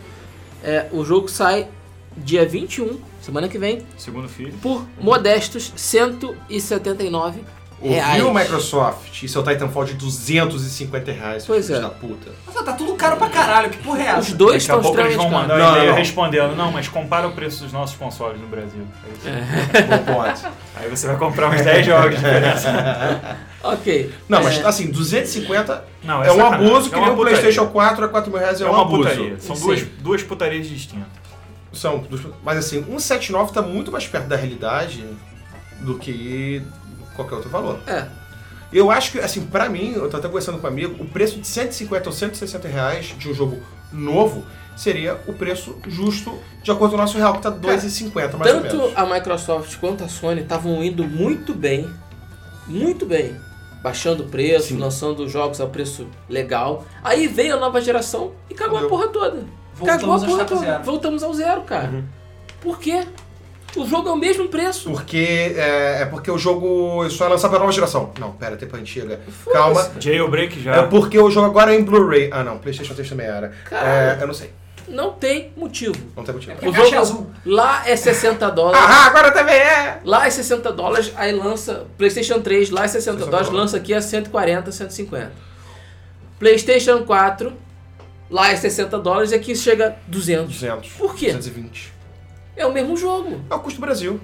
Speaker 1: É, o jogo sai dia 21, semana que vem,
Speaker 3: Segundo filho.
Speaker 1: por modestos R$ 179 reais.
Speaker 4: Ouviu, Microsoft? E seu Titanfall de 250 reais,
Speaker 1: Pois
Speaker 4: filhos
Speaker 1: é.
Speaker 4: da puta.
Speaker 2: Nossa, tá tudo caro pra caralho, que porra é essa?
Speaker 1: Os dois
Speaker 3: Daqui a
Speaker 1: estão
Speaker 3: pouco eles
Speaker 1: extremamente
Speaker 3: vão
Speaker 1: caros.
Speaker 3: mandar
Speaker 4: Não,
Speaker 3: e-mail
Speaker 4: não.
Speaker 3: respondendo, não, mas compara o preço dos nossos consoles no Brasil. É isso.
Speaker 4: Bom ponto.
Speaker 3: Aí você vai comprar uns 10 jogos de diferença.
Speaker 1: Ok.
Speaker 4: Não, mas
Speaker 1: É,
Speaker 4: assim, 250
Speaker 3: Não,
Speaker 4: é, um
Speaker 3: sacanagem.
Speaker 4: abuso que
Speaker 3: É
Speaker 4: nem
Speaker 3: uma
Speaker 4: o
Speaker 3: putaria.
Speaker 4: PlayStation 4 a 4 mil reais é,
Speaker 3: É
Speaker 4: um
Speaker 3: uma
Speaker 4: abuso.
Speaker 3: putaria. São
Speaker 1: Sim.
Speaker 3: duas, duas putarias distintas.
Speaker 4: São, dos- mas assim, 179 tá muito mais perto da realidade do que qualquer outro valor.
Speaker 1: É.
Speaker 4: Eu acho que, assim, pra mim, eu tô até conversando com um amigo, o preço de 150 ou 160 reais de um jogo novo seria o preço justo de acordo com o nosso real, que tá 2,50 mais ou
Speaker 1: Tanto
Speaker 4: menos.
Speaker 1: a Microsoft quanto a Sony estavam indo muito bem, muito bem, baixando o preço,
Speaker 4: Sim.
Speaker 1: lançando jogos a preço legal. Aí veio a nova geração e cagou a
Speaker 4: Entendeu?
Speaker 1: porra toda. cagou a
Speaker 2: Voltamos ao
Speaker 1: porra
Speaker 2: estaca
Speaker 1: toda.
Speaker 2: zero.
Speaker 1: Voltamos ao zero, cara.
Speaker 4: Uhum.
Speaker 1: Por quê? O jogo é o mesmo preço.
Speaker 4: Porque é, é porque o jogo só é lançado pra nova geração. Não, pera, tem pra antiga. Calma.
Speaker 3: Jailbreak já.
Speaker 4: É porque o jogo agora é em Blu-ray. Ah, não, PlayStation 3 também era.
Speaker 1: Cara.
Speaker 4: É, eu não sei,
Speaker 1: Não tem motivo.
Speaker 4: não tem
Speaker 2: É
Speaker 4: motivo.
Speaker 2: porque
Speaker 1: O
Speaker 2: caixa
Speaker 1: jogo-
Speaker 2: azul.
Speaker 1: Lá é 60 dólares.
Speaker 4: Ah, agora também é!
Speaker 1: Lá é 60 dólares, aí lança PlayStation 3, lá é 60
Speaker 4: 60
Speaker 1: dólares,
Speaker 4: dólares.
Speaker 1: lança aqui a 140, 150. PlayStation 4, lá é 60 dólares e aqui chega a 200.
Speaker 4: 200.
Speaker 1: Por quê?
Speaker 4: 220.
Speaker 1: É o mesmo jogo.
Speaker 4: É o custo do Brasil.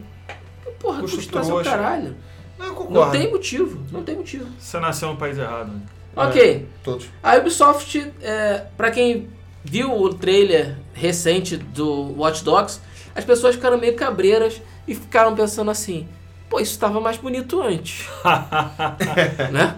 Speaker 1: Porra,
Speaker 4: Custo
Speaker 1: custa pra
Speaker 4: trouxa.
Speaker 1: caralho.
Speaker 4: Não, eu concordo.
Speaker 1: Não tem motivo, não tem motivo.
Speaker 3: Você nasceu no país errado. né?
Speaker 4: É.
Speaker 1: Ok,
Speaker 4: Todos.
Speaker 1: a Ubisoft, é, pra quem viu o trailer recente do Watch Dogs, as pessoas ficaram meio cabreiras e ficaram pensando assim, pô, isso estava mais bonito antes. né?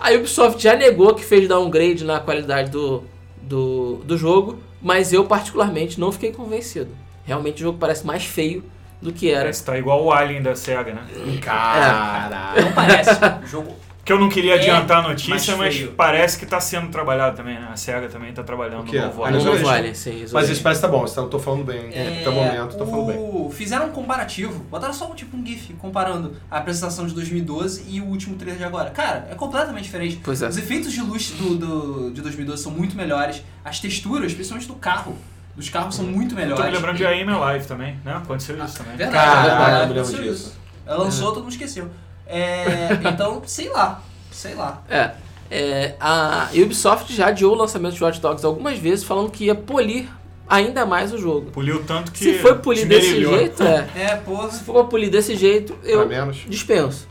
Speaker 1: A Ubisoft já negou que fez downgrade na qualidade do, do, do jogo, mas eu particularmente não fiquei convencido. Realmente o jogo parece mais feio do que era.
Speaker 3: Parece que tá igual o Alien da SEGA, né?
Speaker 4: Caralho.
Speaker 1: É.
Speaker 2: Não parece. O jogo
Speaker 3: Que eu não queria
Speaker 2: É,
Speaker 3: adiantar a notícia, mas,
Speaker 2: mas feio.
Speaker 3: parece que tá sendo trabalhado também, né? A SEGA também tá trabalhando
Speaker 4: O
Speaker 3: no
Speaker 4: que é?
Speaker 3: novo
Speaker 1: Não,
Speaker 4: Mas
Speaker 3: Alien.
Speaker 1: não
Speaker 4: eles-
Speaker 1: vale, sim.
Speaker 4: Mas
Speaker 1: isolei.
Speaker 4: isso parece que tá bom, eu tô falando bem.
Speaker 1: É.
Speaker 4: Até o momento, tô falando então bem.
Speaker 2: É, o- Fizeram um comparativo, botaram só tipo um GIF comparando a apresentação de 2012 e o último trailer de agora. Cara, é completamente diferente.
Speaker 1: Pois é.
Speaker 2: Os efeitos de luz do, do- de 2012 são muito melhores. As texturas, principalmente do carro, dos carros são muito
Speaker 3: Eu tô me
Speaker 2: melhores.
Speaker 3: lembrando de AM Live também, né? Aconteceu isso também.
Speaker 2: Verdade,
Speaker 4: Caralho,
Speaker 2: verdade,
Speaker 4: eu me lembro
Speaker 2: aconteceu
Speaker 4: disso.
Speaker 2: isso. Ela lançou, todo mundo esqueceu. É, então, sei lá. Sei lá.
Speaker 1: É, é, a Ubisoft já adiou o lançamento de Watch Dogs algumas vezes, falando que ia polir ainda mais o jogo.
Speaker 3: Puliu tanto que.
Speaker 1: Se foi polir desse
Speaker 3: esmerilhou.
Speaker 1: jeito, é.
Speaker 2: É, porra.
Speaker 1: Se for pra polir desse jeito,
Speaker 4: Pra
Speaker 1: eu
Speaker 4: menos.
Speaker 1: dispenso.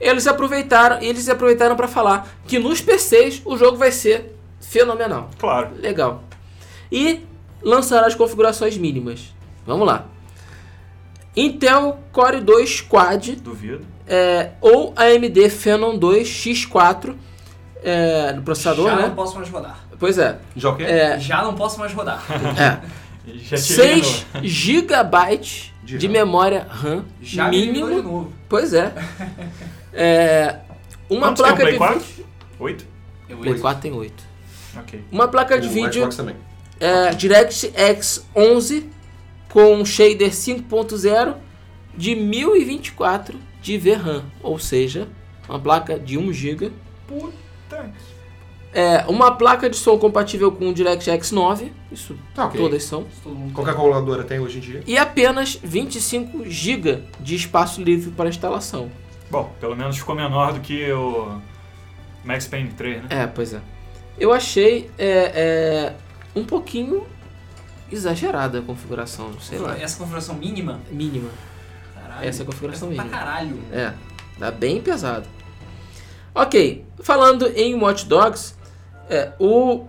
Speaker 1: Eles aproveitaram, eles aproveitaram para falar que nos PCs o jogo vai ser fenomenal.
Speaker 3: Claro.
Speaker 1: Legal. E lançaram as configurações mínimas. Vamos lá. Intel Core 2 Quad
Speaker 3: Duvido.
Speaker 1: é, ou AMD Phenom 2 X4 é, no processador,
Speaker 2: Já
Speaker 1: né?
Speaker 2: não posso mais rodar.
Speaker 1: Pois é.
Speaker 4: Já o quê?
Speaker 1: É,
Speaker 2: Já não posso mais rodar.
Speaker 1: é.
Speaker 3: Ele Já te
Speaker 1: 6
Speaker 3: eliminou.
Speaker 1: GB de,
Speaker 4: De RAM.
Speaker 1: memória RAM
Speaker 2: Já me eliminou de
Speaker 1: mínimo.
Speaker 2: novo.
Speaker 1: Pois é. É, uma
Speaker 3: Quantos
Speaker 1: placa
Speaker 3: tem
Speaker 1: de
Speaker 3: um Play
Speaker 1: vídeo.
Speaker 3: 4? 8?
Speaker 2: Eu
Speaker 1: Play 4 tem 8.
Speaker 3: Ok.
Speaker 1: Uma placa de
Speaker 4: O
Speaker 1: vídeo
Speaker 4: Xbox também.
Speaker 1: é, DirectX 11 com shader 5.0 de 1024 de VRAM, ou seja, uma placa de 1 GB.
Speaker 3: Puta.
Speaker 1: É, uma placa de som compatível com o DirectX 9, isso
Speaker 4: Tá ok.
Speaker 1: todas são.
Speaker 2: Isso todo mundo-
Speaker 4: Qualquer calculadora tem hoje em dia.
Speaker 1: E apenas 25 GB de espaço livre para instalação.
Speaker 3: Bom, pelo menos ficou menor do que o Max Payne 3, né?
Speaker 1: É, pois é. Eu achei é, é, um pouquinho exagerada a configuração, sei lá.
Speaker 2: Essa configuração mínima.
Speaker 1: Mínima.
Speaker 2: Caralho.
Speaker 1: Essa é a configuração
Speaker 2: Pesa
Speaker 1: mínima.
Speaker 2: Pra caralho.
Speaker 1: É, tá bem pesado. Ok, falando em Watch Dogs, é, o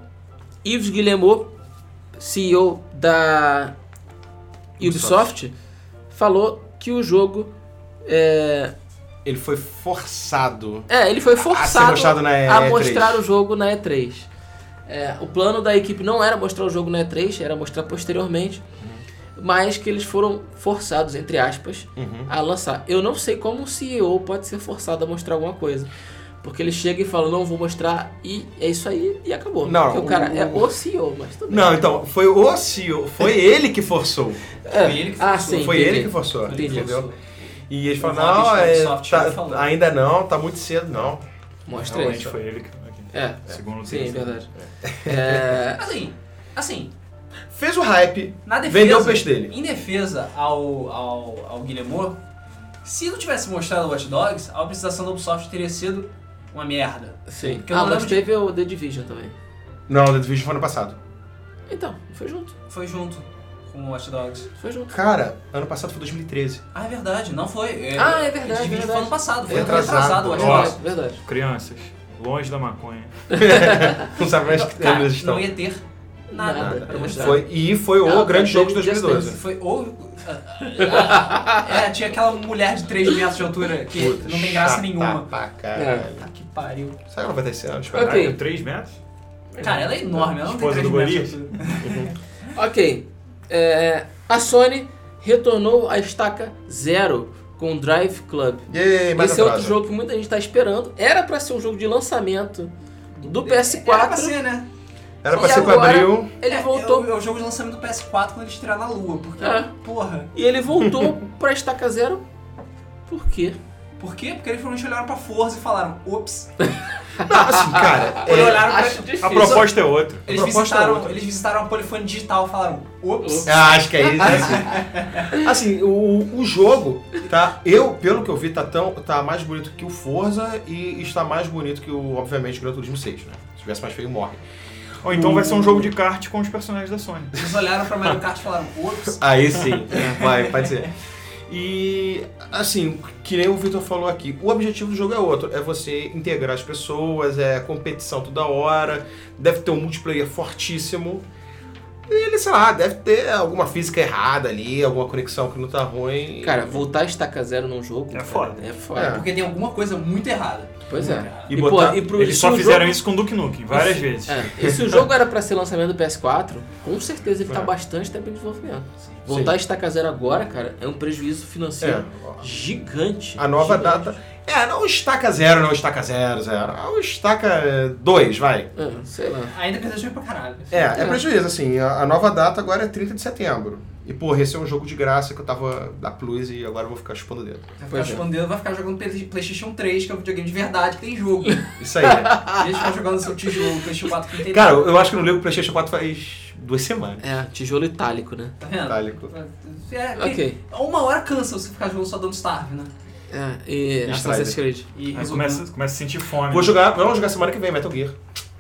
Speaker 1: Yves Guillemot, CEO da Ubisoft, falou que o jogo. É,
Speaker 4: Ele foi forçado.
Speaker 1: é, ele foi
Speaker 4: A ser
Speaker 1: forçado
Speaker 4: mostrado na
Speaker 1: a
Speaker 4: E3.
Speaker 1: mostrar o jogo na E3. É, o plano da equipe não era mostrar o jogo na E3, era mostrar posteriormente, mas que eles foram forçados, entre aspas,
Speaker 4: Uhum.
Speaker 1: a lançar. Eu não sei como um CEO pode ser forçado a mostrar alguma coisa. Porque ele chega e fala, não, vou mostrar, e é isso aí, e acabou.
Speaker 4: Não,
Speaker 1: Porque o cara
Speaker 4: o-
Speaker 1: é o CEO, mas tudo bem.
Speaker 4: Não, então, foi o CEO, foi ele que forçou.
Speaker 2: Foi ele que
Speaker 1: Ah,
Speaker 2: forçou.
Speaker 1: sim.
Speaker 4: foi
Speaker 1: entendi.
Speaker 4: ele que forçou,
Speaker 1: Entendi.
Speaker 4: entendeu? E eles
Speaker 2: O
Speaker 4: falaram,
Speaker 2: Rob
Speaker 4: não,
Speaker 2: Schneider
Speaker 4: é,
Speaker 2: Soft
Speaker 4: tá-
Speaker 2: falou.
Speaker 4: ainda não, tá muito cedo, não.
Speaker 1: Mostra
Speaker 3: Realmente
Speaker 1: isso.
Speaker 3: foi ele que. aqui,
Speaker 1: É,
Speaker 3: Segundo né? o
Speaker 1: sim, é
Speaker 3: texto.
Speaker 1: verdade. É,
Speaker 2: Assim, assim,
Speaker 4: Fez o hype,
Speaker 2: na defesa.
Speaker 4: vendeu o peixe dele.
Speaker 2: Em defesa ao, ao, ao Guillemot, se não tivesse mostrado o Watch Dogs, a apresentação da Ubisoft teria sido uma merda.
Speaker 1: sim.
Speaker 2: Porque eu
Speaker 1: Ah,
Speaker 2: não
Speaker 1: mas
Speaker 2: lembro de-
Speaker 1: teve o The Division também.
Speaker 4: Não, o vídeo foi ano passado.
Speaker 1: Então, foi junto,
Speaker 2: Foi junto com o Watch Dogs.
Speaker 1: foi junto.
Speaker 4: Cara, ano passado foi 2013.
Speaker 2: Ah, é verdade, não foi.
Speaker 1: Ah, é verdade,
Speaker 2: Division
Speaker 1: é verdade.
Speaker 2: Foi ano passado, foi
Speaker 4: É
Speaker 2: ano retrasado
Speaker 4: atrasado.
Speaker 2: o Watch
Speaker 3: Ó.
Speaker 1: é Verdade,
Speaker 2: Dogs.
Speaker 1: verdade.
Speaker 3: Crianças, longe da maconha.
Speaker 4: Não sabe mais que
Speaker 2: Cara,
Speaker 4: eles estão.
Speaker 2: não ia ter nada,
Speaker 1: Nada.
Speaker 2: pra mostrar.
Speaker 4: Foi, e foi o
Speaker 1: Ah,
Speaker 4: grande
Speaker 1: foi
Speaker 4: jogo de
Speaker 1: Just Dance.
Speaker 4: 2012.
Speaker 2: Foi ou. é, tinha aquela mulher de 3 metros de altura que
Speaker 4: Puta,
Speaker 2: não tem graça
Speaker 4: chata tá.
Speaker 2: nenhuma.
Speaker 4: Pra caralho.
Speaker 2: Tá que pariu.
Speaker 4: Será que ela vai ter esse ano? Espera.
Speaker 1: Ok.
Speaker 3: Caralho, 3 metros?
Speaker 2: Cara, ela é enorme, ela não tem
Speaker 3: Esposa
Speaker 2: 3
Speaker 3: do
Speaker 2: metros. de
Speaker 3: Golias?
Speaker 2: altura.
Speaker 1: Ok, é, a Sony retornou à estaca zero com Drive Club.
Speaker 4: Yay, mais
Speaker 1: Esse é outro
Speaker 4: atraso.
Speaker 1: jogo que muita gente tá esperando. Era pra ser um jogo de lançamento do
Speaker 2: Era pra
Speaker 1: PS4.
Speaker 2: ser, né?
Speaker 4: Era pra
Speaker 1: E
Speaker 4: ser
Speaker 1: agora-
Speaker 4: pra abril.
Speaker 1: Ele
Speaker 2: É,
Speaker 1: voltou.
Speaker 2: É, o- é o jogo de lançamento do PS4 quando eles tiraram na lua, porque.
Speaker 1: É.
Speaker 2: Porra.
Speaker 1: E ele voltou pra estaca zero. Por quê?
Speaker 2: Por quê? Porque eles foram olharam pra Forza e falaram, ups.
Speaker 4: Não, assim, cara.
Speaker 2: Eles
Speaker 4: é-
Speaker 2: olharam pra.
Speaker 1: Acho difícil.
Speaker 3: A proposta é outra.
Speaker 2: Eles
Speaker 4: proposta é
Speaker 2: visitaram,
Speaker 4: outra.
Speaker 2: eles visitaram a Polifone Digital e falaram, ups.
Speaker 4: Ah, acho que é isso. assim. Assim, o, o jogo, tá? Eu, pelo que eu vi, tá, tão, tá mais bonito que o Forza e está mais bonito que o, obviamente, o Gran Turismo 6, né? Se tivesse mais feio, morre.
Speaker 3: Ou então vai ser um jogo de kart com os personagens da Sony.
Speaker 2: Eles olharam pra Mario Kart e falaram, ups.
Speaker 4: Aí sim, vai, pode ser. E, assim, que nem o Victor falou aqui, o objetivo do jogo é outro, é você integrar as pessoas, é competição toda hora, deve ter um multiplayer fortíssimo. E ele, sei lá, deve ter alguma física errada ali, alguma conexão que não tá ruim.
Speaker 1: Cara, voltar à estaca zero num jogo.
Speaker 3: É
Speaker 1: cara,
Speaker 3: foda.
Speaker 1: É foda.
Speaker 2: Porque tem alguma coisa muito errada.
Speaker 1: Pois
Speaker 2: Muito
Speaker 1: é.
Speaker 2: errada.
Speaker 4: E botar-
Speaker 1: pô, pro-
Speaker 3: Eles
Speaker 1: se
Speaker 3: só
Speaker 1: o
Speaker 3: fizeram
Speaker 1: jogo-
Speaker 3: isso com o Duke Nukem, várias vezes.
Speaker 1: É, e se o jogo era pra ser lançamento do PS4, com certeza ele tá
Speaker 4: É.
Speaker 1: bastante tempo em desenvolvimento.
Speaker 2: Sim.
Speaker 1: Voltar à estaca zero agora, cara, é um prejuízo financeiro
Speaker 4: É.
Speaker 1: gigante.
Speaker 4: A nova
Speaker 1: Gigante.
Speaker 4: data. É, não estaca zero, não estaca zero, zero. É o estaca 2, vai.
Speaker 1: Ah, sei lá.
Speaker 2: Ainda que seja pra caralho.
Speaker 4: É, é,
Speaker 1: É.
Speaker 4: prejuízo, assim. A, a nova data agora é 30 de setembro. E, porra, esse é um jogo de graça que eu tava da Plus e agora eu vou ficar chupando o dedo.
Speaker 2: Vai ficar
Speaker 1: Pois é.
Speaker 2: escondendo, vai ficar jogando Play- Playstation 3, que é um videogame de verdade, que tem jogo.
Speaker 4: Isso aí. né?
Speaker 2: Deixa ficar jogando seu tijolo, Playstation 4 que não tem
Speaker 4: Cara,
Speaker 2: nada.
Speaker 4: eu eu acho que eu não ligo o PlayStation 4 faz duas semanas.
Speaker 1: É, tijolo itálico, né?
Speaker 2: Tá vendo?
Speaker 4: Itálico.
Speaker 2: É,
Speaker 1: Ok.
Speaker 2: que- Uma hora cansa você ficar jogando só dando starve, né?
Speaker 1: É, e
Speaker 4: Strider.
Speaker 1: Assassin's Creed.
Speaker 2: E
Speaker 3: Aí
Speaker 2: resolvendo-
Speaker 3: começa, começa a sentir fome. né?
Speaker 4: Vou jogar, não, vou jogar semana que vem, Metal Gear.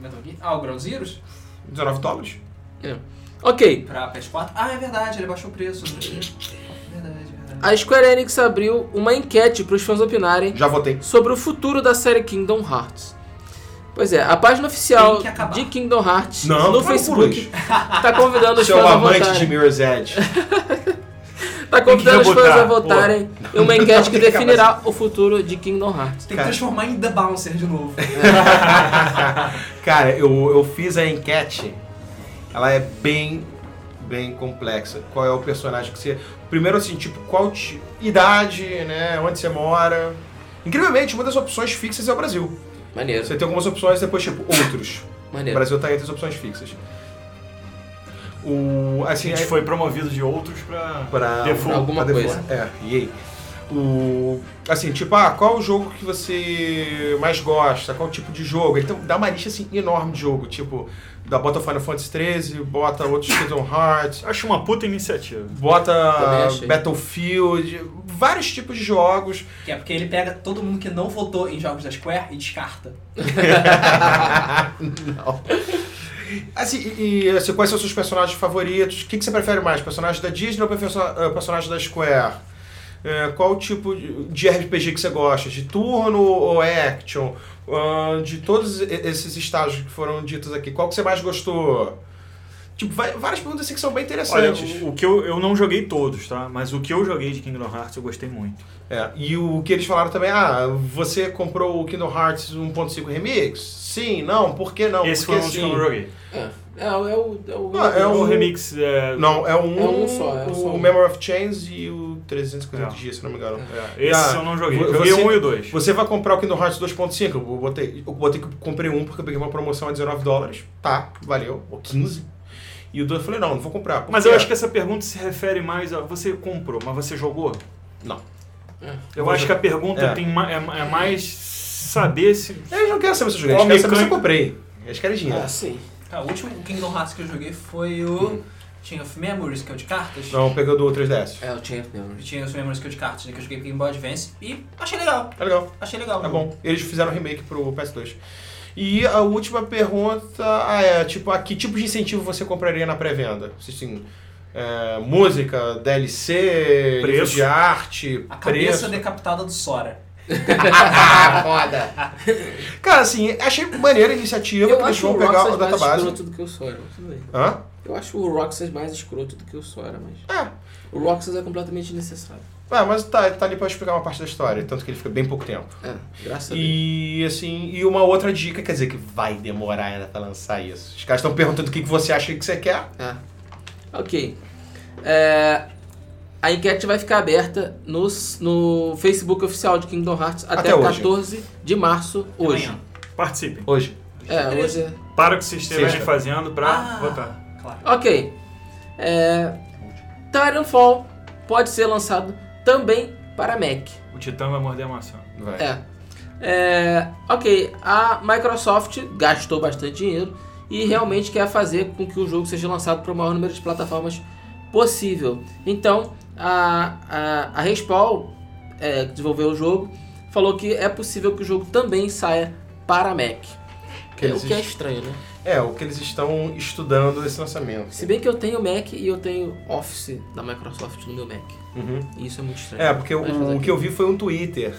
Speaker 2: Metal Gear? Ah, o Ground Zeroes?
Speaker 4: 19 dólares.
Speaker 1: É. Ok,
Speaker 2: Pra PS4? Ah, é verdade, ele baixou o preço. né? Verdade, verdade.
Speaker 1: a Square Enix abriu uma enquete para os fãs opinarem
Speaker 4: Já votei.
Speaker 1: sobre o futuro da série Kingdom Hearts. Pois é, a página oficial
Speaker 2: Tem que acabar.
Speaker 1: de Kingdom Hearts
Speaker 4: Não,
Speaker 1: no
Speaker 4: claro,
Speaker 1: Facebook tá convidando os
Speaker 4: Seu
Speaker 1: fãs a
Speaker 4: amante de
Speaker 1: votarem.
Speaker 4: Mirror's Edge.
Speaker 1: Tá convidando os
Speaker 3: Tem que
Speaker 1: fãs a
Speaker 3: rebotar,
Speaker 1: votarem em uma enquete que
Speaker 4: Tem que acabar
Speaker 1: definirá o futuro de Kingdom Hearts.
Speaker 2: Tem que
Speaker 4: Cara.
Speaker 2: transformar em The Bouncer de novo.
Speaker 4: Cara, eu, eu fiz a enquete. Ela é bem, bem complexa. Qual é o personagem que você. Primeiro, assim, tipo, qual ti- idade, né? Onde você mora. Incrivelmente, uma das opções fixas é o Brasil.
Speaker 1: Maneiro,
Speaker 4: Você tem algumas opções, depois, tipo, outros. O
Speaker 1: maneiro.
Speaker 4: Brasil tá entre as opções fixas. O.
Speaker 3: A
Speaker 4: Assim,
Speaker 3: gente
Speaker 4: é-
Speaker 3: foi promovido de outros pra.
Speaker 4: pra
Speaker 3: Default.
Speaker 4: pra
Speaker 1: Alguma
Speaker 4: default. É, e aí? O, assim, tipo, ah, qual o jogo que você mais gosta? Qual tipo de jogo? Então dá uma lista assim, enorme de jogo. Tipo, da bota Final Fantasy XIII, bota outros Kingdom Hearts,
Speaker 3: Acho uma puta iniciativa.
Speaker 4: bota
Speaker 1: achei.
Speaker 4: Battlefield, vários tipos de jogos.
Speaker 2: Que é porque ele pega todo mundo que não votou em jogos da Square e descarta.
Speaker 4: Assim, e, e, assim, quais são os seus personagens favoritos? O que, que você prefere mais? Personagem da Disney ou perso- eh, personagem da Square? Eh, qual o tipo de de RPG que você gosta? De turno ou action? Ahn, de todos e- esses estágios que foram ditos aqui, qual que você mais gostou? Tipo, vai- várias perguntas assim que são bem
Speaker 3: Olha,
Speaker 4: interessantes.
Speaker 3: o, o que eu, eu não joguei todos, tá? Mas o que eu joguei de Kingdom Hearts eu gostei muito.
Speaker 4: É, e o que eles falaram também, ah, você comprou o Kingdom Hearts 1.5 Remix? Sim, não, por que não?
Speaker 3: Esse foi
Speaker 4: Porque assim,
Speaker 3: um dos que eu
Speaker 4: sim.
Speaker 3: não joguei.
Speaker 1: É, é, o- é o. É o.
Speaker 4: Não,
Speaker 3: É
Speaker 4: é
Speaker 3: um
Speaker 4: o-
Speaker 3: remix. É,
Speaker 4: Não, é um,
Speaker 1: É um só, é
Speaker 4: o
Speaker 1: só um.
Speaker 4: Memory of Chains e o 350
Speaker 3: É.
Speaker 4: dias, se não me engano.
Speaker 3: é, esse
Speaker 4: Ah,
Speaker 3: eu não joguei.
Speaker 4: vo-
Speaker 3: Joguei
Speaker 4: você-
Speaker 3: um e o dois.
Speaker 4: Você vai comprar o Kingdom Hearts 2.5? Eu botei, eu botei que eu comprei um porque eu peguei uma promoção a 19 dólares. Tá, valeu. Ou 15. E o 2 eu falei, não, não vou comprar. Por
Speaker 3: Mas
Speaker 4: quê?
Speaker 3: eu acho que essa pergunta se refere mais a você comprou, mas você jogou?
Speaker 4: Não.
Speaker 3: Eu
Speaker 4: Não
Speaker 3: acho que a pergunta
Speaker 4: É.
Speaker 3: tem ma- é, é mais saber se.
Speaker 4: Eles não querem saber se eu joguei, eles
Speaker 3: Qual
Speaker 4: querem saber se eu
Speaker 3: mecânica-
Speaker 4: comprei. Eles querem dinheiro.
Speaker 1: Ah, sim.
Speaker 2: Ah, o último Kingdom Hearts que eu joguei foi o Chain of Memories, que é o de cartas.
Speaker 4: Não, eu peguei o do 3DS.
Speaker 1: É o Chain of Memories.
Speaker 2: Tinha os Memories que é o de cartas, né, que eu joguei pro Game Boy Advance e achei legal.
Speaker 4: É legal.
Speaker 2: Achei legal.
Speaker 4: É bom. Eles fizeram remake pro PS2. E a última pergunta ah, é, tipo, a que tipo de incentivo você compraria na pré-venda? Assim, é, música, DLC,
Speaker 3: Preço.
Speaker 4: livro de arte,
Speaker 2: A cabeça
Speaker 4: preço.
Speaker 2: decapitada do Sora.
Speaker 1: Ah, Foda!
Speaker 4: Cara, assim, achei maneira a iniciativa,
Speaker 1: Eu
Speaker 4: porque eles
Speaker 1: acho o
Speaker 4: vão pegar
Speaker 1: Roxas
Speaker 4: o
Speaker 1: é mais
Speaker 4: database.
Speaker 1: escroto do que o Sora, mas tudo bem.
Speaker 4: Hã?
Speaker 1: Eu acho o Roxas mais escroto do que o Sora, mas.
Speaker 4: É.
Speaker 1: O Roxas é completamente desnecessário.
Speaker 4: Ah, mas tá, tá ali pra explicar uma parte da história, tanto que ele fica bem pouco tempo.
Speaker 1: É, graças a Deus.
Speaker 4: E assim, e uma outra dica, quer dizer que vai demorar ainda pra lançar isso. Os caras estão perguntando o que que você acha que você quer.
Speaker 1: É. Ok. É, a enquete vai ficar aberta no, no Facebook oficial de Kingdom Hearts até,
Speaker 4: Até hoje.
Speaker 1: 14 de março, hoje.
Speaker 2: Amanhã.
Speaker 3: Participem.
Speaker 4: Hoje.
Speaker 1: É, hoje. é-
Speaker 3: Para o que vocês estiverem
Speaker 4: Sexta.
Speaker 3: fazendo pra
Speaker 2: Ah,
Speaker 3: votar.
Speaker 2: Claro.
Speaker 1: Ok. É, Titanfall pode ser lançado também para Mac.
Speaker 3: O Titã vai morder a maçã.
Speaker 4: Vai.
Speaker 1: É. É, ok, a Microsoft gastou bastante dinheiro e realmente quer fazer com que o jogo seja lançado para o maior número de plataformas possível. Então, a, a, a Respawn, é, que desenvolveu o jogo, falou que é possível que o jogo também saia para Mac.
Speaker 4: Que
Speaker 1: É, o
Speaker 4: eles
Speaker 1: que é
Speaker 4: est-
Speaker 1: estranho, né?
Speaker 4: É, o que eles estão estudando esse lançamento.
Speaker 1: Se bem que eu tenho Mac e eu tenho Office da Microsoft no meu Mac.
Speaker 4: Uhum.
Speaker 1: E isso é muito estranho.
Speaker 4: É, porque
Speaker 1: Mas fazer
Speaker 4: o, o
Speaker 1: quê?
Speaker 4: que eu vi foi um Twitter.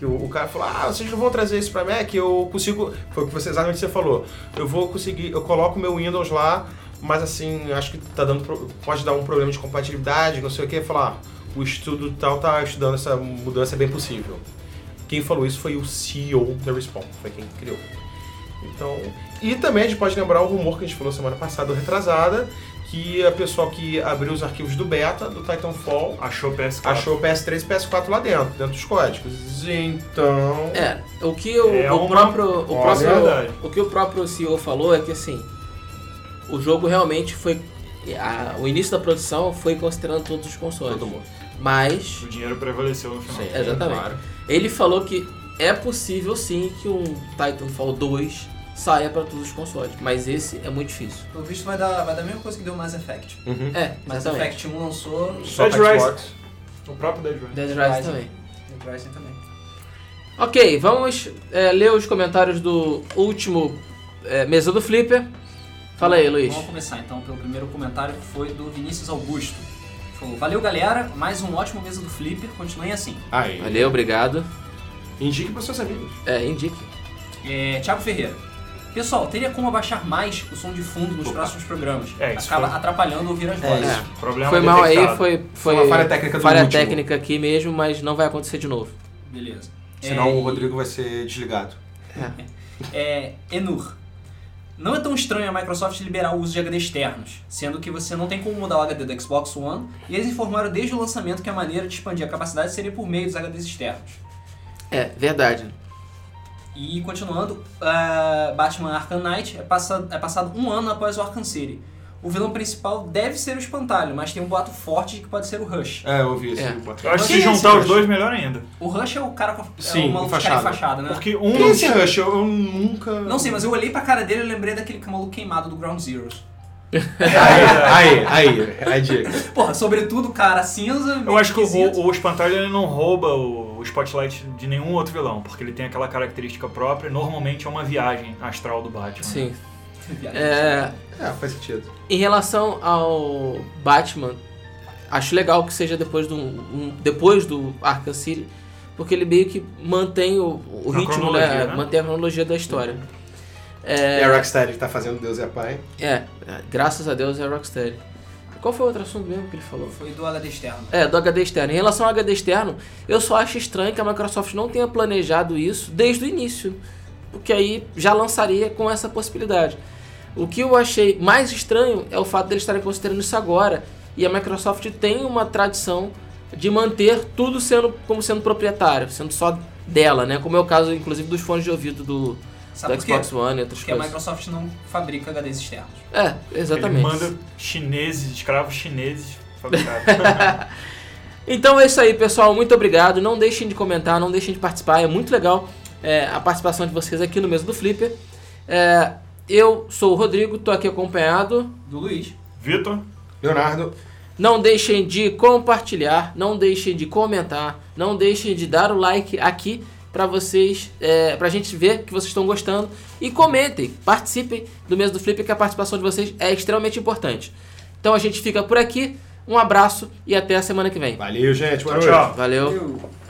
Speaker 4: Que o, o cara falou, ah, vocês não vão trazer isso pra Mac, eu consigo. Foi o que você exatamente você falou. Eu vou conseguir, eu coloco meu Windows lá, mas assim, acho que tá dando. pro- Pode dar um problema de compatibilidade, não sei o que, falar, ah, o estudo tal tá estudando essa mudança é bem possível. Quem falou isso foi o CEO da Respawn, foi quem criou. Então. E também a gente pode lembrar o rumor que a gente falou semana passada, ou retrasada, que a pessoa que abriu os arquivos do beta, do Titanfall,
Speaker 3: Achou o PS4.
Speaker 4: achou o PS3 e PS4 lá dentro, dentro dos códigos. Então.
Speaker 1: É, o que o,
Speaker 3: É
Speaker 1: o
Speaker 3: uma-
Speaker 1: próprio, o
Speaker 3: Olha,
Speaker 1: próprio-
Speaker 3: é verdade.
Speaker 1: o que o próprio CEO falou é que assim, o jogo realmente foi a- o início da produção foi considerando todos os consoles.
Speaker 4: Todo mundo.
Speaker 1: Mas
Speaker 3: O dinheiro prevaleceu no final.
Speaker 4: Sim, é
Speaker 1: Exatamente. ele falou que é possível sim que um Titanfall 2 saia para todos os consoles, mas esse é muito difícil.
Speaker 2: Pelo visto vai dar, vai dar a mesma coisa que deu Mass Effect.
Speaker 4: Uhum.
Speaker 1: É,
Speaker 2: Mass
Speaker 1: exatamente.
Speaker 2: Effect 1 lançou e
Speaker 4: Só
Speaker 3: Dead
Speaker 4: pra
Speaker 3: Rising.
Speaker 4: Xbox.
Speaker 3: O próprio Dead Rising.
Speaker 1: Dead
Speaker 2: Rising.
Speaker 1: Rising também.
Speaker 2: o Horizon também.
Speaker 1: Ok, vamos é, ler os comentários do último é, mesa do Flipper. Fala aí, Luiz.
Speaker 2: Vamos começar então pelo primeiro comentário que foi do Vinícius Augusto. Falou, valeu galera, mais um ótimo mesa do Flipper, continuem assim.
Speaker 4: Aí.
Speaker 1: Valeu, obrigado.
Speaker 4: Indique pros seus amigos.
Speaker 1: É, indique.
Speaker 2: É, Thiago Ferreira. Pessoal, teria como abaixar mais o som de fundo nos próximos programas.
Speaker 3: É, isso
Speaker 2: Acaba
Speaker 3: foi-
Speaker 2: atrapalhando ouvir as vozes.
Speaker 1: isso.
Speaker 3: Problema é
Speaker 1: Foi mal aí,
Speaker 3: detectado.
Speaker 1: foi, foi
Speaker 4: uma falha técnica do
Speaker 1: falha
Speaker 4: último.
Speaker 1: técnica aqui mesmo, mas não vai acontecer de novo.
Speaker 2: Beleza.
Speaker 4: Senão
Speaker 2: É,
Speaker 4: o Rodrigo vai ser desligado.
Speaker 2: É, Enur. Não é tão estranho a Microsoft liberar o uso de HD externos, sendo que você não tem como mudar o HD do Xbox One, e eles informaram desde o lançamento que a maneira de expandir a capacidade seria por meio dos HDs externos.
Speaker 1: É, verdade.
Speaker 2: E continuando, ah, Batman Arkham Knight é passado, é passado um ano após o Arkham City. O vilão principal deve ser o Espantalho, mas tem um boato forte de que pode ser o Rush.
Speaker 4: É, eu ouvi isso.
Speaker 1: É.
Speaker 3: Eu acho que
Speaker 4: Quem
Speaker 3: se
Speaker 4: é esse
Speaker 3: juntar os
Speaker 4: Rush?
Speaker 3: dois, melhor ainda.
Speaker 2: O Rush é o cara com a, é
Speaker 4: Sim,
Speaker 2: o maluco
Speaker 4: com
Speaker 2: de cara de
Speaker 4: fachada.
Speaker 2: fachada, né?
Speaker 3: Porque um
Speaker 4: Quem é esse Rush? Eu, eu nunca.
Speaker 2: Não sei, mas eu olhei pra cara dele e lembrei daquele maluco queimado do Ground Zeroes.
Speaker 4: Aí, aí, aí, a dica.
Speaker 2: Porra, sobretudo, cara, cinza.
Speaker 3: Eu
Speaker 2: meio
Speaker 3: acho que o,
Speaker 2: esquisito.
Speaker 3: o Espantalho ele não rouba o, o spotlight de nenhum outro vilão, porque ele tem aquela característica própria, normalmente é uma viagem astral do Batman.
Speaker 1: Sim. É,
Speaker 4: É, faz sentido.
Speaker 1: Em relação ao Batman, acho legal que seja depois do, um- depois do Arkham City, porque ele meio que mantém o, o
Speaker 3: A
Speaker 1: ritmo, né?
Speaker 3: cronologia, né?
Speaker 1: mantém a cronologia da história.
Speaker 4: E a Rocksteady que tá fazendo Deus é Pai.
Speaker 1: É, graças a Deus é Rocksteady. Qual foi o outro assunto mesmo que ele falou?
Speaker 2: Foi do HD externo.
Speaker 1: É, do HD externo. Em relação ao HD externo, eu só acho estranho que a Microsoft não tenha planejado isso desde o início. Porque aí já lançaria com essa possibilidade. O que eu achei mais estranho é o fato deles estarem considerando isso agora. E a Microsoft tem uma tradição de manter tudo sendo como sendo proprietário, sendo só dela, né? Como é o caso, inclusive, dos fones de ouvido do,
Speaker 2: Sabe
Speaker 1: do
Speaker 2: por quê?
Speaker 1: Xbox One e outras
Speaker 2: Porque a
Speaker 1: coisas.
Speaker 2: Microsoft não fabrica HDs externos.
Speaker 1: É,
Speaker 3: Ele
Speaker 1: exatamente.
Speaker 3: manda chineses, escravos chineses fabricados.
Speaker 1: Então é isso aí, pessoal. Muito obrigado. Não deixem de comentar, não deixem de participar. É muito legal é, a participação de vocês aqui no mesmo do Flipper. É, eu sou o Rodrigo, tô aqui acompanhado.
Speaker 2: Do Luiz.
Speaker 3: Vitor,
Speaker 4: Leonardo,
Speaker 1: Não deixem de compartilhar, não deixem de comentar, não deixem de dar o like aqui para vocês, é, para a gente ver que vocês estão gostando e comentem, participem do mês do Flip que a participação de vocês é extremamente importante. Então a gente fica por aqui, um abraço e até a semana que vem.
Speaker 4: valeu, gente. Boa
Speaker 3: tchau,
Speaker 4: noite.
Speaker 3: tchau.
Speaker 1: Valeu.
Speaker 2: Eu.